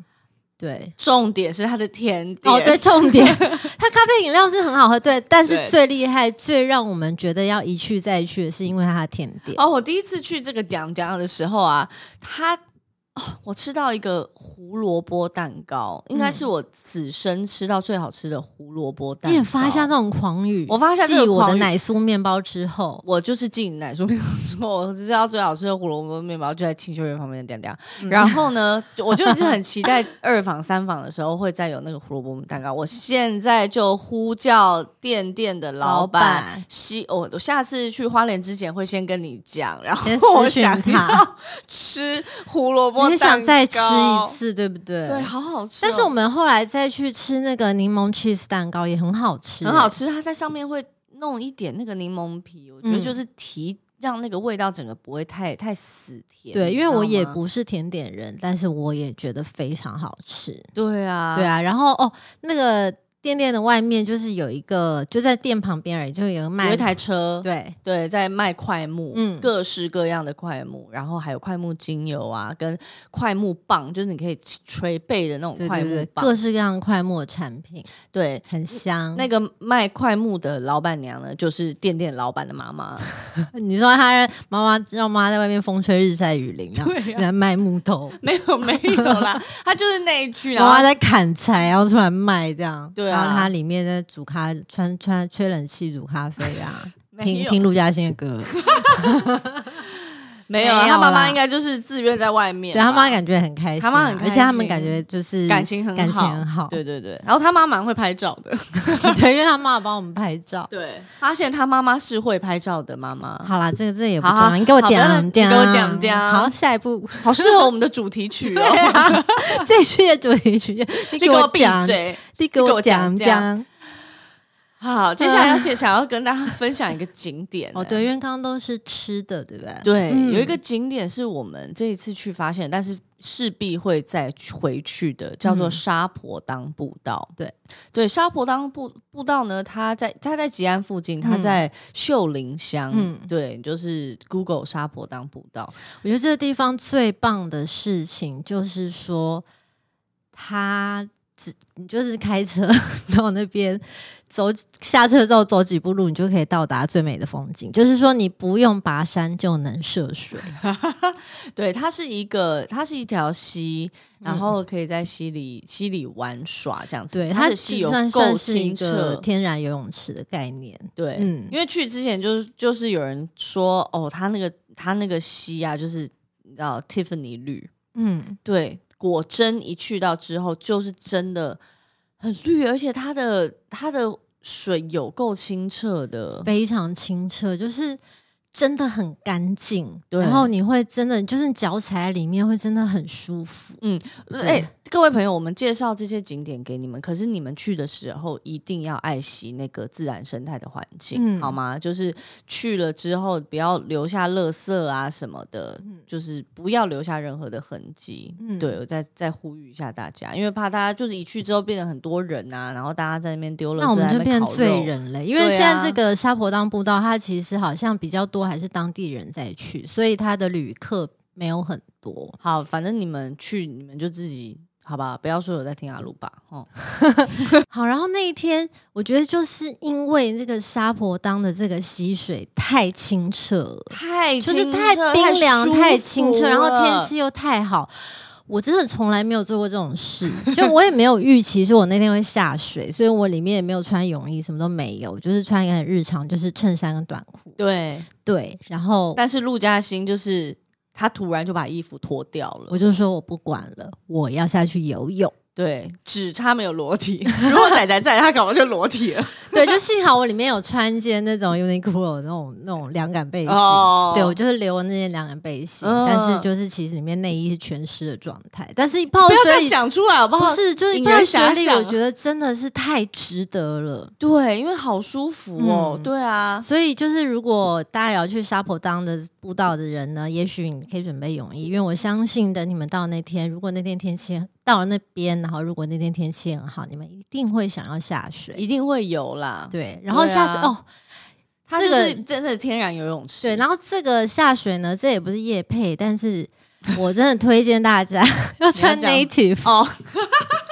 [SPEAKER 1] 对，
[SPEAKER 2] 重点是他的甜点，
[SPEAKER 1] 哦，对，，重 点，它咖啡饮料是很好喝，对，但是
[SPEAKER 2] 对
[SPEAKER 1] 最厉害、最让我们觉得要一去再去的是因为它的甜点。
[SPEAKER 2] 哦，我第一次去这个讲讲的时候啊，他、哦、我吃到一个胡萝卜蛋糕，应该是我此生吃到最好吃的胡萝卜蛋
[SPEAKER 1] 你
[SPEAKER 2] 糕。
[SPEAKER 1] 也发下这种狂语，
[SPEAKER 2] 我发下这
[SPEAKER 1] 继
[SPEAKER 2] 种
[SPEAKER 1] 我
[SPEAKER 2] 狂
[SPEAKER 1] 的
[SPEAKER 2] 语
[SPEAKER 1] 奶酥面包之后，
[SPEAKER 2] 我就是进奶酥面包之后， 我吃到最好吃的胡萝卜面包就在青秀园旁边的店
[SPEAKER 1] 嗯
[SPEAKER 2] 店。然后呢，就我就一直很期待二访三访的时候会再有那个胡萝卜蛋糕。我现在就呼叫店店的老
[SPEAKER 1] 老板
[SPEAKER 2] 板西，我、我下次去花莲之前会先跟你讲，然后
[SPEAKER 1] 先
[SPEAKER 2] 我
[SPEAKER 1] 私讯
[SPEAKER 2] 想
[SPEAKER 1] 他，
[SPEAKER 2] 要吃胡萝卜
[SPEAKER 1] 你
[SPEAKER 2] 蛋糕，
[SPEAKER 1] 是想再吃一，次，对不对？
[SPEAKER 2] 对，。好好吃哦、
[SPEAKER 1] 但是我们后来再去吃那个柠檬 cheese 蛋糕也很好吃，
[SPEAKER 2] 很好吃，它在上面会弄一点那个柠檬皮，我觉得
[SPEAKER 1] 嗯
[SPEAKER 2] 就是提。让那个味道整个不会太太死甜，
[SPEAKER 1] 对，因为我
[SPEAKER 2] 你知
[SPEAKER 1] 也
[SPEAKER 2] 道吗
[SPEAKER 1] 不是甜点人，但是我也觉得非常好吃。
[SPEAKER 2] 对啊，
[SPEAKER 1] 对，啊，然后哦，那个店店的外面就是有一个，就在店旁边而已，就有卖
[SPEAKER 2] 有一台车，
[SPEAKER 1] 对
[SPEAKER 2] 对，在卖快木，
[SPEAKER 1] 嗯
[SPEAKER 2] 各式各样的快木，然后还有快木精油啊，跟快木棒，就是你可以捶背的那种
[SPEAKER 1] 对
[SPEAKER 2] 快
[SPEAKER 1] 对
[SPEAKER 2] 木
[SPEAKER 1] 对，
[SPEAKER 2] 棒，
[SPEAKER 1] 各式各样的快木的产品
[SPEAKER 2] 对，
[SPEAKER 1] 很香。
[SPEAKER 2] 那个卖快木的老板娘呢，就是店店老板的妈妈，
[SPEAKER 1] 你说他让妈妈让妈在外面风吹日晒雨淋啊，
[SPEAKER 2] 对啊
[SPEAKER 1] 在卖木头，
[SPEAKER 2] 没有没有啦，她就是那一句，然
[SPEAKER 1] 妈
[SPEAKER 2] 后
[SPEAKER 1] 妈在砍柴，然后出来卖这样。
[SPEAKER 2] 啊对啊
[SPEAKER 1] 然后他里面在煮咖，穿穿吹冷气煮咖啡啊，
[SPEAKER 2] 没
[SPEAKER 1] 听
[SPEAKER 2] 有
[SPEAKER 1] 听陆嘉欣的 歌。
[SPEAKER 2] 没有啦，啊
[SPEAKER 1] 没有
[SPEAKER 2] 她妈妈
[SPEAKER 1] 啦
[SPEAKER 2] 应该就是自愿在外面
[SPEAKER 1] 对
[SPEAKER 2] 吧，
[SPEAKER 1] 他妈感觉很开心啊，
[SPEAKER 2] 他妈很开
[SPEAKER 1] 而且他们
[SPEAKER 2] 心
[SPEAKER 1] 感觉就是
[SPEAKER 2] 感情很
[SPEAKER 1] 嗯
[SPEAKER 2] 好，
[SPEAKER 1] 感情很好，
[SPEAKER 2] 对对对，然后她妈蛮会拍照的，
[SPEAKER 1] 对，因为他妈帮我们拍照。
[SPEAKER 2] 对，发现她妈妈是会拍照的妈妈，
[SPEAKER 1] 好啦，这个这个也不
[SPEAKER 2] 嗯好
[SPEAKER 1] 重
[SPEAKER 2] 好
[SPEAKER 1] 要，你给我
[SPEAKER 2] 好
[SPEAKER 1] 点啊
[SPEAKER 2] 不要
[SPEAKER 1] 点啊，
[SPEAKER 2] 你给我点点啊
[SPEAKER 1] 好，下一步，
[SPEAKER 2] 好适合我们的主 题曲哦，
[SPEAKER 1] 这期的主题 曲，啊你
[SPEAKER 2] 你
[SPEAKER 1] 给
[SPEAKER 2] 给我
[SPEAKER 1] 我
[SPEAKER 2] 闭
[SPEAKER 1] 点啊
[SPEAKER 2] 嘴。
[SPEAKER 1] 你给
[SPEAKER 2] 我
[SPEAKER 1] 我
[SPEAKER 2] 讲
[SPEAKER 1] 讲
[SPEAKER 2] 讲
[SPEAKER 1] 讲
[SPEAKER 2] 好，接下来要想想要跟大家分享一个景点、
[SPEAKER 1] 哦，对，因为刚刚都是吃的，对不对？
[SPEAKER 2] 对，
[SPEAKER 1] 嗯
[SPEAKER 2] 有一个景点是我们这一次去发现，但是势必会再去回去的，叫做
[SPEAKER 1] 嗯
[SPEAKER 2] 沙婆当步道。
[SPEAKER 1] 对
[SPEAKER 2] 对，沙婆当步步道呢，它在它在吉安附近，它
[SPEAKER 1] 嗯
[SPEAKER 2] 在秀林乡。嗯
[SPEAKER 1] 嗯，
[SPEAKER 2] 对，就是 Google 沙婆当步道。
[SPEAKER 1] 我觉得这个地方最棒的事情就是说，它只你就是开车到那边走，下车之后走几步路，你就可以到达最美的风景。就是说，你不用跋山就能涉 水，
[SPEAKER 2] 对，它是一个，它是一条溪，然后可以在溪里溪里玩耍这样
[SPEAKER 1] 嗯
[SPEAKER 2] 子。
[SPEAKER 1] 对，
[SPEAKER 2] 它
[SPEAKER 1] 它
[SPEAKER 2] 的溪有
[SPEAKER 1] 算
[SPEAKER 2] 够
[SPEAKER 1] 算是一
[SPEAKER 2] 清
[SPEAKER 1] 个
[SPEAKER 2] 澈，
[SPEAKER 1] 天然游泳池的概念。
[SPEAKER 2] 对，
[SPEAKER 1] 嗯
[SPEAKER 2] 因为去之前就是就是有人说哦，他那个他那个溪啊，就是你知道 Tiffany 绿，
[SPEAKER 1] 嗯，
[SPEAKER 2] 对，果真一去到之后，就是真的很绿，而且它的它的水有够清澈的，
[SPEAKER 1] 非常清澈，就是真的很干净。
[SPEAKER 2] 对
[SPEAKER 1] 然后你会真的就是脚踩在里面会真的很舒服。
[SPEAKER 2] 哎、各位朋友，我们介绍这些景点给你们，可是你们去的时候一定要爱惜那个自然生态的环境，
[SPEAKER 1] 嗯
[SPEAKER 2] 好吗？就是去了之后不要留下垃圾
[SPEAKER 1] 嗯
[SPEAKER 2] 啊什么的，就是不要留下任何的痕迹。
[SPEAKER 1] 嗯
[SPEAKER 2] 对，我再再呼吁一下大家，因为怕大家就是一去之后变得很多人啊，然后大家在那边丢垃圾，
[SPEAKER 1] 那我们
[SPEAKER 2] 在
[SPEAKER 1] 就
[SPEAKER 2] 那边
[SPEAKER 1] 变
[SPEAKER 2] 烤肉
[SPEAKER 1] 罪。人了，因为
[SPEAKER 2] 对啊
[SPEAKER 1] 现在这个沙婆当步道，它其实好像比较多还是当地人在去，所以它的旅客没有很多。
[SPEAKER 2] 好，反正你们去，你们就自己好吧，不要说有在听阿鲁吧，哦，
[SPEAKER 1] 好，然后那一天，我觉得就是因为这个沙婆当的这个溪水太清澈了，
[SPEAKER 2] 太
[SPEAKER 1] 就是
[SPEAKER 2] 清
[SPEAKER 1] 太
[SPEAKER 2] 澈
[SPEAKER 1] 冰凉、
[SPEAKER 2] 舒
[SPEAKER 1] 太清澈，
[SPEAKER 2] 服
[SPEAKER 1] 然后天
[SPEAKER 2] 了
[SPEAKER 1] 气又太好。我真的从来没有做过这种事，就我也没有预期说我那天会下水，所以我里面也没有穿泳衣，什么都没有，就是穿一个很日常，就是衬衫跟短裤。
[SPEAKER 2] 对。
[SPEAKER 1] 对，然后
[SPEAKER 2] 但是陆嘉欣就是他突然就把衣服脱掉了，
[SPEAKER 1] 我就说我不管了，我要下去游泳。
[SPEAKER 2] 对，只差没有裸体。 如果仔仔在，他搞不好就裸体了。
[SPEAKER 1] 对，就幸好我里面有穿一件那种 Uniqlo 那种那种凉感背心。
[SPEAKER 2] 哦
[SPEAKER 1] 对，我就是留了那件凉感背心，
[SPEAKER 2] 嗯
[SPEAKER 1] 但是就是其实里面内衣是全湿的状态，但是一泡
[SPEAKER 2] 不要这
[SPEAKER 1] 水
[SPEAKER 2] 样
[SPEAKER 1] 里
[SPEAKER 2] 讲出来好不
[SPEAKER 1] 不
[SPEAKER 2] 好？
[SPEAKER 1] 是，就是
[SPEAKER 2] 哦引
[SPEAKER 1] 泡
[SPEAKER 2] 人
[SPEAKER 1] 水
[SPEAKER 2] 遐
[SPEAKER 1] 里，
[SPEAKER 2] 想啊
[SPEAKER 1] 我觉得真的是太值得了。
[SPEAKER 2] 对，因为好舒服哦。
[SPEAKER 1] 嗯
[SPEAKER 2] 对啊，
[SPEAKER 1] 所以就是，如果大家也要去沙坡当的步道的人呢，也许你可以准备泳衣，因为我相信，等你们到那天，如果那天天气到了那边，然后如果那天天气很好，你们一定会想要下水。
[SPEAKER 2] 一定会有啦。，
[SPEAKER 1] 对，然后下水、
[SPEAKER 2] 对啊
[SPEAKER 1] 哦，
[SPEAKER 2] 它就
[SPEAKER 1] 这个
[SPEAKER 2] 是真的天然游泳池。
[SPEAKER 1] 对，然后这个下水呢，这也不是夜配，但是我真的推荐大家 要穿
[SPEAKER 2] 你要讲
[SPEAKER 1] Native。
[SPEAKER 2] 哦，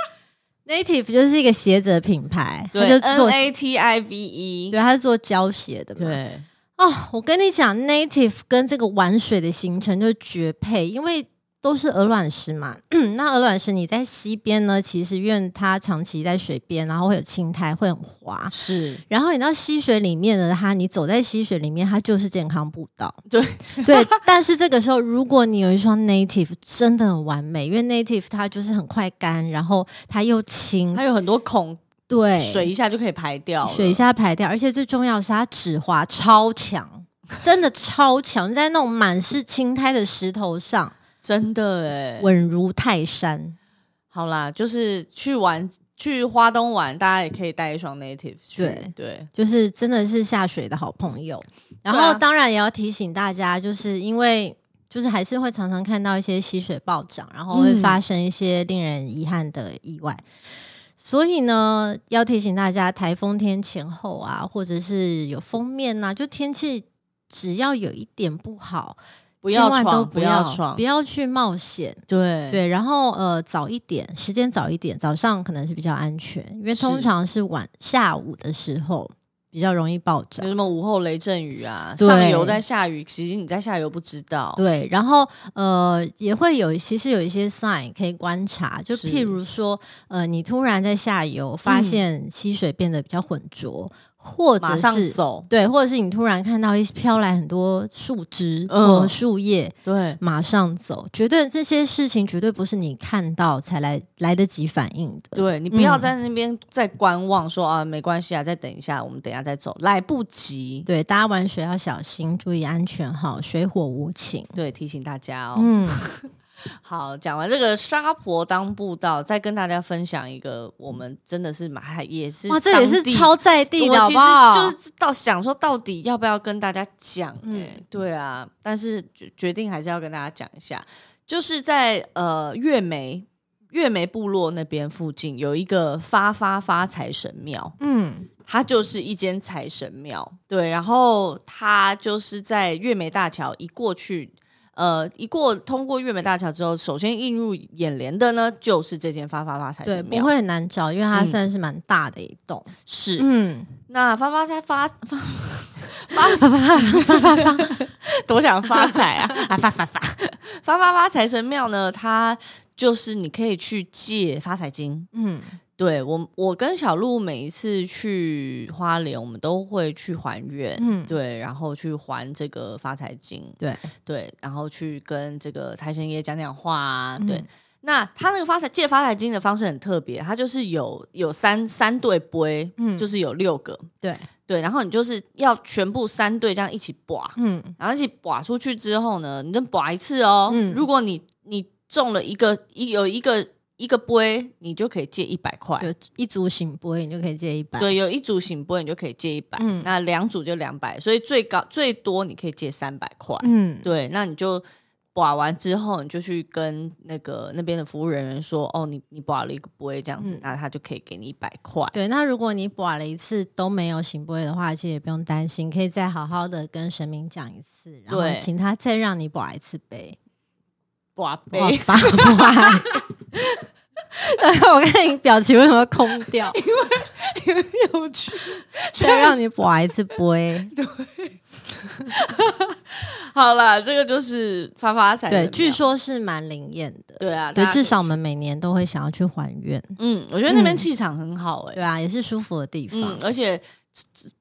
[SPEAKER 1] Native 就是一个鞋子的品牌，它
[SPEAKER 2] 对
[SPEAKER 1] 就
[SPEAKER 2] ，N
[SPEAKER 1] 做
[SPEAKER 2] A T I V E，
[SPEAKER 1] 对，它是做胶鞋的嘛。
[SPEAKER 2] 对，
[SPEAKER 1] 哦，我跟你讲，native 跟这个玩水的行程就是绝配，因为都是鹅卵石嘛。 那鹅卵石你在溪边呢，其实因为它长期在水边，然后会有青苔，会很滑。
[SPEAKER 2] 是
[SPEAKER 1] 然后你到溪水里面的它，你走在溪水里面，它就是健康步道。
[SPEAKER 2] 对
[SPEAKER 1] 对，但是这个时候，如果你有一双 native，真的很完美，因为 native 它就是很快干，然后它又轻，
[SPEAKER 2] 它有很多孔，
[SPEAKER 1] 对，
[SPEAKER 2] 水一下就可以排掉了。
[SPEAKER 1] 水一下排掉，而且最重要的是它止滑超强，真的超强，在那种满是青苔的石头上，
[SPEAKER 2] 真的哎，
[SPEAKER 1] 稳如泰山。
[SPEAKER 2] 好啦，就是去玩去花东玩，大家也可以带一双 Native 去。
[SPEAKER 1] 对
[SPEAKER 2] 对，
[SPEAKER 1] 就是真的是下水的好朋友，然
[SPEAKER 2] 对
[SPEAKER 1] 后
[SPEAKER 2] 啊
[SPEAKER 1] 当然也要提醒大家，就是因为就是还是会常常看到一些溪水暴涨，然后会
[SPEAKER 2] 嗯
[SPEAKER 1] 发生一些令人遗憾的意外，所以呢，要提醒大家，台风天前后啊，或者是有封面呐、啊就天气只要有一点不好，
[SPEAKER 2] 不要
[SPEAKER 1] 千万都
[SPEAKER 2] 闯，
[SPEAKER 1] 不
[SPEAKER 2] 要
[SPEAKER 1] 闯，
[SPEAKER 2] 闯
[SPEAKER 1] 不。要去冒险。
[SPEAKER 2] 对
[SPEAKER 1] 对，然后呃，早一点，时间早一点，早上可能是比较安全，因为通
[SPEAKER 2] 是
[SPEAKER 1] 常是晚下午的时候比较容易暴涨
[SPEAKER 2] 有。什么午后雷阵雨啊，
[SPEAKER 1] 对
[SPEAKER 2] 上游在下雨，其实你在下游不知道。
[SPEAKER 1] 对，然后呃，也会有其实有一些 sign 可以观察，就是譬如说，呃，你突然在下游发
[SPEAKER 2] 嗯
[SPEAKER 1] 现溪水变得比较浑浊，或者
[SPEAKER 2] 马上
[SPEAKER 1] 是
[SPEAKER 2] 走。
[SPEAKER 1] 对，或者是你突然看到一些飘来很多树枝
[SPEAKER 2] 嗯
[SPEAKER 1] 和树叶，
[SPEAKER 2] 对，
[SPEAKER 1] 马上走，绝对这些事情绝对不是你看到才来来得及反应的。
[SPEAKER 2] 对你不
[SPEAKER 1] 嗯
[SPEAKER 2] 要在那边再观望说，啊，没关系啊，再等一下，我们等一下再走，来不及。
[SPEAKER 1] 对，大家玩水要小心，注意安全哈，水火无情。
[SPEAKER 2] 对，提醒大家哦。
[SPEAKER 1] 嗯，
[SPEAKER 2] 好，讲完这个沙婆当步道，再跟大家分享一个，我们真的是蛮也是
[SPEAKER 1] 哇，这也是
[SPEAKER 2] 当地
[SPEAKER 1] 超在地
[SPEAKER 2] 我
[SPEAKER 1] 的，好
[SPEAKER 2] 其
[SPEAKER 1] 不
[SPEAKER 2] 实
[SPEAKER 1] 好？
[SPEAKER 2] 就是到想说，到底要不要跟大家讲、
[SPEAKER 1] 嗯
[SPEAKER 2] 嗯，对啊，但是决决定还是要跟大家讲一下，就是在呃月眉月眉部落那边附近有一个发发发财神庙，
[SPEAKER 1] 嗯，
[SPEAKER 2] 它就是一间财神庙，对，然后它就是在月眉大桥一过去。呃，一过通过月眉大桥之后，首先映入眼帘的呢，就是这间发发发财
[SPEAKER 1] 对，
[SPEAKER 2] 神
[SPEAKER 1] 不
[SPEAKER 2] 庙。
[SPEAKER 1] 会很难找，因为它
[SPEAKER 2] 嗯
[SPEAKER 1] 算是蛮大的一栋。
[SPEAKER 2] 是，
[SPEAKER 1] 嗯，
[SPEAKER 2] 那发发财发 发发发发发发发，多想发财啊！啊 发发发发发发财神庙呢，它就是你可以去借发财金。
[SPEAKER 1] 嗯，
[SPEAKER 2] 对我，我跟小鹿每一次去花莲，我们都会去还愿。
[SPEAKER 1] 嗯
[SPEAKER 2] 对，然后去还这个发财金，
[SPEAKER 1] 对，
[SPEAKER 2] 对，然后去跟这个财神爷讲讲话啊，
[SPEAKER 1] 嗯
[SPEAKER 2] 对。那他那个发财借发财金的方式很特别，他就是有有三三对杯，
[SPEAKER 1] 嗯
[SPEAKER 2] 就是有六个，
[SPEAKER 1] 对，
[SPEAKER 2] 对，然后你就是要全部三对这样一起拔，
[SPEAKER 1] 嗯
[SPEAKER 2] 然后一起拔出去之后呢，你就拔一次哦。
[SPEAKER 1] 嗯
[SPEAKER 2] 如果你你中了一个一有一个一个杯，你就可以借一百块。
[SPEAKER 1] 有一组醒波，你就可以借一百，
[SPEAKER 2] 嗯对，有一组醒波你就可以借一百、
[SPEAKER 1] 嗯
[SPEAKER 2] 那两组就两百，所以最高最多你可以借三百块。
[SPEAKER 1] 嗯，
[SPEAKER 2] 对，那你就拔完之后，你就去跟那个那边的服务人员说，哦，你你拔了一个杯这样子、
[SPEAKER 1] 嗯
[SPEAKER 2] 那他就可以给你一百块。
[SPEAKER 1] 对，那如果你刮了一次都没有醒波的话，其实也不用担心，可以再好好的跟神明讲一次，然后
[SPEAKER 2] 对
[SPEAKER 1] 请他再让你刮一次杯。
[SPEAKER 2] 拔杯
[SPEAKER 1] 哇，，拔不完。 对，我看你表情为什么 空掉？
[SPEAKER 2] 有趣。
[SPEAKER 1] 再让你啊刮一次 杯。
[SPEAKER 2] 好啦，这个就是发发财的
[SPEAKER 1] 对，
[SPEAKER 2] 庙。
[SPEAKER 1] 据说是蛮灵验的。
[SPEAKER 2] 对啊，
[SPEAKER 1] 对，
[SPEAKER 2] 大家
[SPEAKER 1] 至少我们每年都会想要去还愿，
[SPEAKER 2] 嗯，我觉得那边气场很好哎、
[SPEAKER 1] 对啊，也是舒服的地
[SPEAKER 2] 嗯
[SPEAKER 1] 方，。
[SPEAKER 2] 而且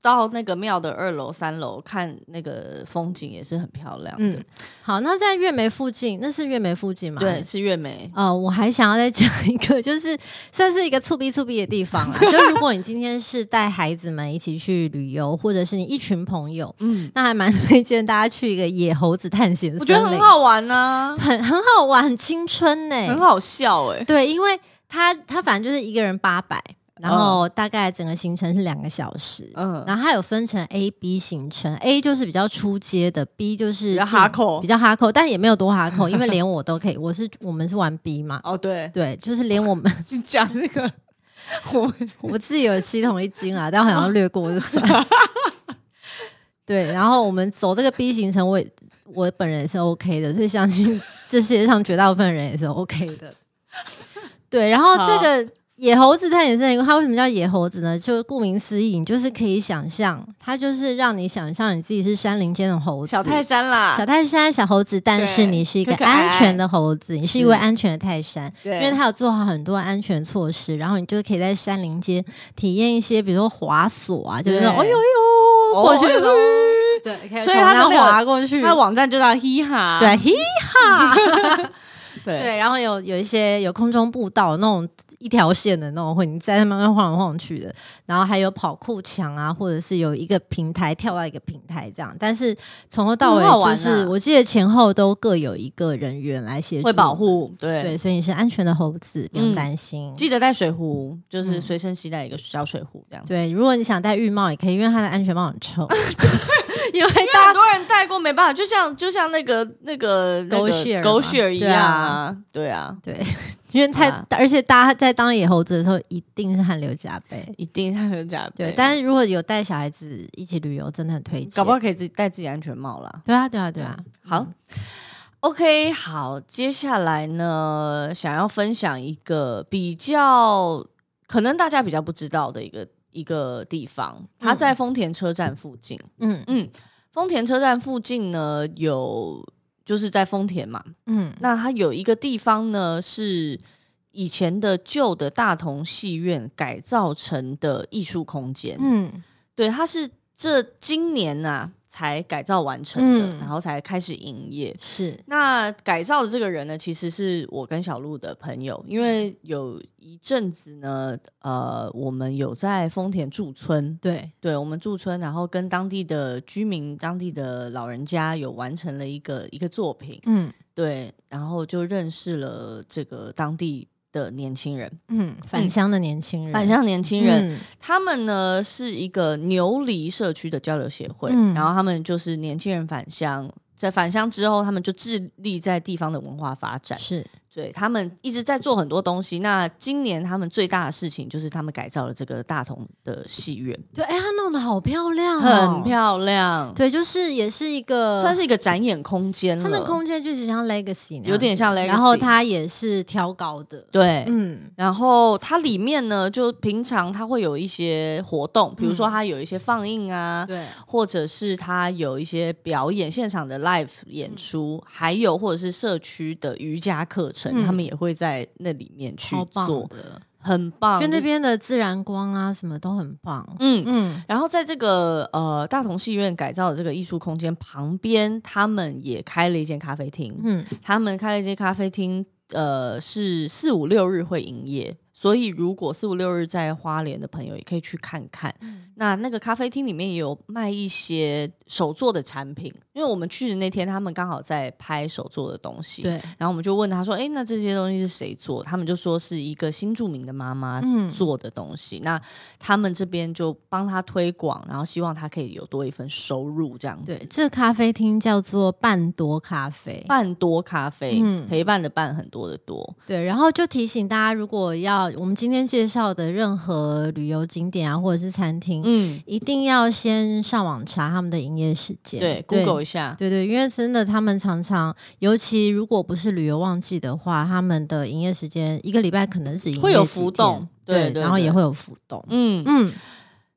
[SPEAKER 2] 到那个庙的二楼、三楼看那个风景也是很漂亮的。
[SPEAKER 1] 嗯，好，那在月梅附近，那是月梅附近吗？
[SPEAKER 2] 对，。是月梅。
[SPEAKER 1] 呃，我还想要再讲一个， 就是算是一个触逼触逼的地方啊 啦。就如果你今天是带孩子们一起去旅游，或者是你一群朋友，
[SPEAKER 2] 嗯，
[SPEAKER 1] 那还蛮推荐大家去一个野猴子探险森林。
[SPEAKER 2] 我觉得很好玩呐、
[SPEAKER 1] 很很好玩，很青春呢、
[SPEAKER 2] 很好笑哎、
[SPEAKER 1] 对，因为他他反正就是一个人八百，然后大概整个行程是两个小时。
[SPEAKER 2] 嗯，
[SPEAKER 1] 然后它有分成 A、B 行程，A 就是比较出街的，B 就是
[SPEAKER 2] 比较
[SPEAKER 1] 进
[SPEAKER 2] 哈扣
[SPEAKER 1] 比较哈扣，但也没有多哈扣，因为连我都可以，我是我们是玩 B 嘛，
[SPEAKER 2] 哦，对，
[SPEAKER 1] 对，就是连我们
[SPEAKER 2] 你讲这个，我们
[SPEAKER 1] 我自己有七桶一斤啊，但好像略过就算。 对，然后我们走这个 B 行程，我也我本人也是 OK 的，所以相信这世界上绝大部分人也是 OK 的。对，然后这个野猴子探险森林，它为什么叫野猴子呢？就顾名思义，你就是可以想象，它就是让你想象你自己是山林间的猴子，
[SPEAKER 2] 小泰山啦，
[SPEAKER 1] 小泰山小猴子，但是你是一个
[SPEAKER 2] 啊可可爱
[SPEAKER 1] 安全的猴子，你是一位安全的泰山，因
[SPEAKER 2] 对
[SPEAKER 1] 为它有做好很多安全措施，然后你就可以在山林间体验一些，比如说滑索啊，就是那种哎
[SPEAKER 2] 对
[SPEAKER 1] 呦哎呦，过去
[SPEAKER 2] 哦
[SPEAKER 1] 喽，
[SPEAKER 2] 哎
[SPEAKER 1] 对，可
[SPEAKER 2] 所以
[SPEAKER 1] 从
[SPEAKER 2] 它的
[SPEAKER 1] 那
[SPEAKER 2] 那啊个
[SPEAKER 1] 滑过去，
[SPEAKER 2] 呦它的网站就叫嘻哈，
[SPEAKER 1] 对，嘿
[SPEAKER 2] 对
[SPEAKER 1] 对，然后有有一些有空中步道那种一条线的那种，会你在那慢慢晃来晃去的，然后还有跑酷墙啊，或者是有一个平台跳到一个平台这样，但是从头到
[SPEAKER 2] 很好
[SPEAKER 1] 尾
[SPEAKER 2] 玩
[SPEAKER 1] 就是、
[SPEAKER 2] 啊
[SPEAKER 1] 我记得前后都各有一个人员来协助，
[SPEAKER 2] 会保。护，对。
[SPEAKER 1] 对，所以你是安全的猴子，不用
[SPEAKER 2] 嗯
[SPEAKER 1] 担心。
[SPEAKER 2] 记得带水壶，
[SPEAKER 1] 嗯
[SPEAKER 2] 就是随身携带一个小水壶这样。
[SPEAKER 1] 对，如果你想戴浴帽也可以，因为它的安全帽很 臭，因为
[SPEAKER 2] 因为
[SPEAKER 1] 大
[SPEAKER 2] 很
[SPEAKER 1] 家
[SPEAKER 2] 多人带过没办法，就像就像那个那个那
[SPEAKER 1] Go share 嘛
[SPEAKER 2] 个 Go share 一样啊，对啊，
[SPEAKER 1] 对，因为太、
[SPEAKER 2] 好啦
[SPEAKER 1] 而且大家在当野猴子的时候，一定是汗流浃背。
[SPEAKER 2] 一定他有假
[SPEAKER 1] 对，
[SPEAKER 2] 背
[SPEAKER 1] 但是如果有带小孩子一起旅游，真的很推荐。
[SPEAKER 2] 搞不好可以自己戴自己安全帽啦。
[SPEAKER 1] 对啊，对啊，对啊，
[SPEAKER 2] 好，OK，好，接下来呢，想要分享一个比较可能大家比较不知道的一个一个地方，它在丰田车站附近。
[SPEAKER 1] 嗯
[SPEAKER 2] 丰田车站附近呢有就是在丰田嘛，
[SPEAKER 1] 嗯
[SPEAKER 2] 那它有一个地方呢，是以前的旧的大同戏院改造成的艺术空间。
[SPEAKER 1] 嗯
[SPEAKER 2] 对，它是这今年呐、才改造完成的，
[SPEAKER 1] 嗯
[SPEAKER 2] 然后才开始营业。
[SPEAKER 1] 是，
[SPEAKER 2] 那改造的这个人呢，其实是我跟小鹿的朋友，因为有一阵子呢，呃，我们有在丰田驻村，
[SPEAKER 1] 对，
[SPEAKER 2] 对我们驻村，然后跟当地的居民、当地的老人家有完成了一个一个作品，
[SPEAKER 1] 嗯
[SPEAKER 2] 对，然后就认识了这个当地的年轻人，
[SPEAKER 1] 嗯，返乡的年轻人，
[SPEAKER 2] 返乡年轻人，
[SPEAKER 1] 嗯
[SPEAKER 2] 他们呢是一个牛犁社区的交流协会，
[SPEAKER 1] 嗯
[SPEAKER 2] 然后他们就是年轻人返乡，在返乡之后，他们就致力在地方的文化发展，
[SPEAKER 1] 是，
[SPEAKER 2] 对他们一直在做很多东西。那今年他们最大的事情就是他们改造了这个大同的戏院，
[SPEAKER 1] 对，哎，她弄得好漂亮、
[SPEAKER 2] 很，漂亮，
[SPEAKER 1] 哦对，就是也是一个，
[SPEAKER 2] 算是一个展演空间了，
[SPEAKER 1] 它的空间就是像 legacy，那
[SPEAKER 2] 有点像
[SPEAKER 1] 样
[SPEAKER 2] legacy，
[SPEAKER 1] 然后它也是挑高的，
[SPEAKER 2] 对，
[SPEAKER 1] 嗯
[SPEAKER 2] 然后它里面呢，就平常它会有一些活动，比如说它有一些放映啊，
[SPEAKER 1] 嗯对，
[SPEAKER 2] 或者是它有一些表演现场的 live
[SPEAKER 1] 嗯
[SPEAKER 2] 演出，还有或者是社区的瑜伽课程，
[SPEAKER 1] 嗯
[SPEAKER 2] 他们也会在那里面去
[SPEAKER 1] 超棒
[SPEAKER 2] 做，
[SPEAKER 1] 的，
[SPEAKER 2] 很棒。
[SPEAKER 1] 就那
[SPEAKER 2] 就
[SPEAKER 1] 边的自然光啊，什么都很棒，
[SPEAKER 2] 嗯。
[SPEAKER 1] 嗯
[SPEAKER 2] 然后在这个呃大同戏院改造的这个艺术空间旁边，他们也开了一间咖啡厅。
[SPEAKER 1] 嗯
[SPEAKER 2] 他们开了一间咖啡厅，呃是四五六日会营业，所以如果四五六日在花莲的朋友也可以去看看。
[SPEAKER 1] 嗯
[SPEAKER 2] 那那个咖啡厅里面也有卖一些手做的产品，因为我们去的那天他们刚好在拍手做的东西，
[SPEAKER 1] 对，
[SPEAKER 2] 然后我们就问他说：“哎，那这些东西是谁做？”他们就说是一个新著名的妈妈
[SPEAKER 1] 嗯
[SPEAKER 2] 做的东西。那他们这边就帮他推广，然后希望他可以有多一份收入这样子。
[SPEAKER 1] 对，这个咖啡厅叫做半多咖啡。
[SPEAKER 2] 伴多咖啡，
[SPEAKER 1] 嗯
[SPEAKER 2] 陪伴的伴很多的多，
[SPEAKER 1] 对，然后就提醒大家，如果要我们今天介绍的任何旅游景点啊，或者是餐厅，
[SPEAKER 2] 嗯，
[SPEAKER 1] 一定要先上网查他们的营业时间。
[SPEAKER 2] 对，Google 一下，
[SPEAKER 1] 对对，因为真的，他们常常，尤其如果不是旅游旺季的话，他们的营业时间一个礼拜可能只营业
[SPEAKER 2] 会有
[SPEAKER 1] 几
[SPEAKER 2] 浮
[SPEAKER 1] 天
[SPEAKER 2] 动对对
[SPEAKER 1] 然后也
[SPEAKER 2] 对
[SPEAKER 1] 会有浮动。
[SPEAKER 2] 嗯，
[SPEAKER 1] 嗯，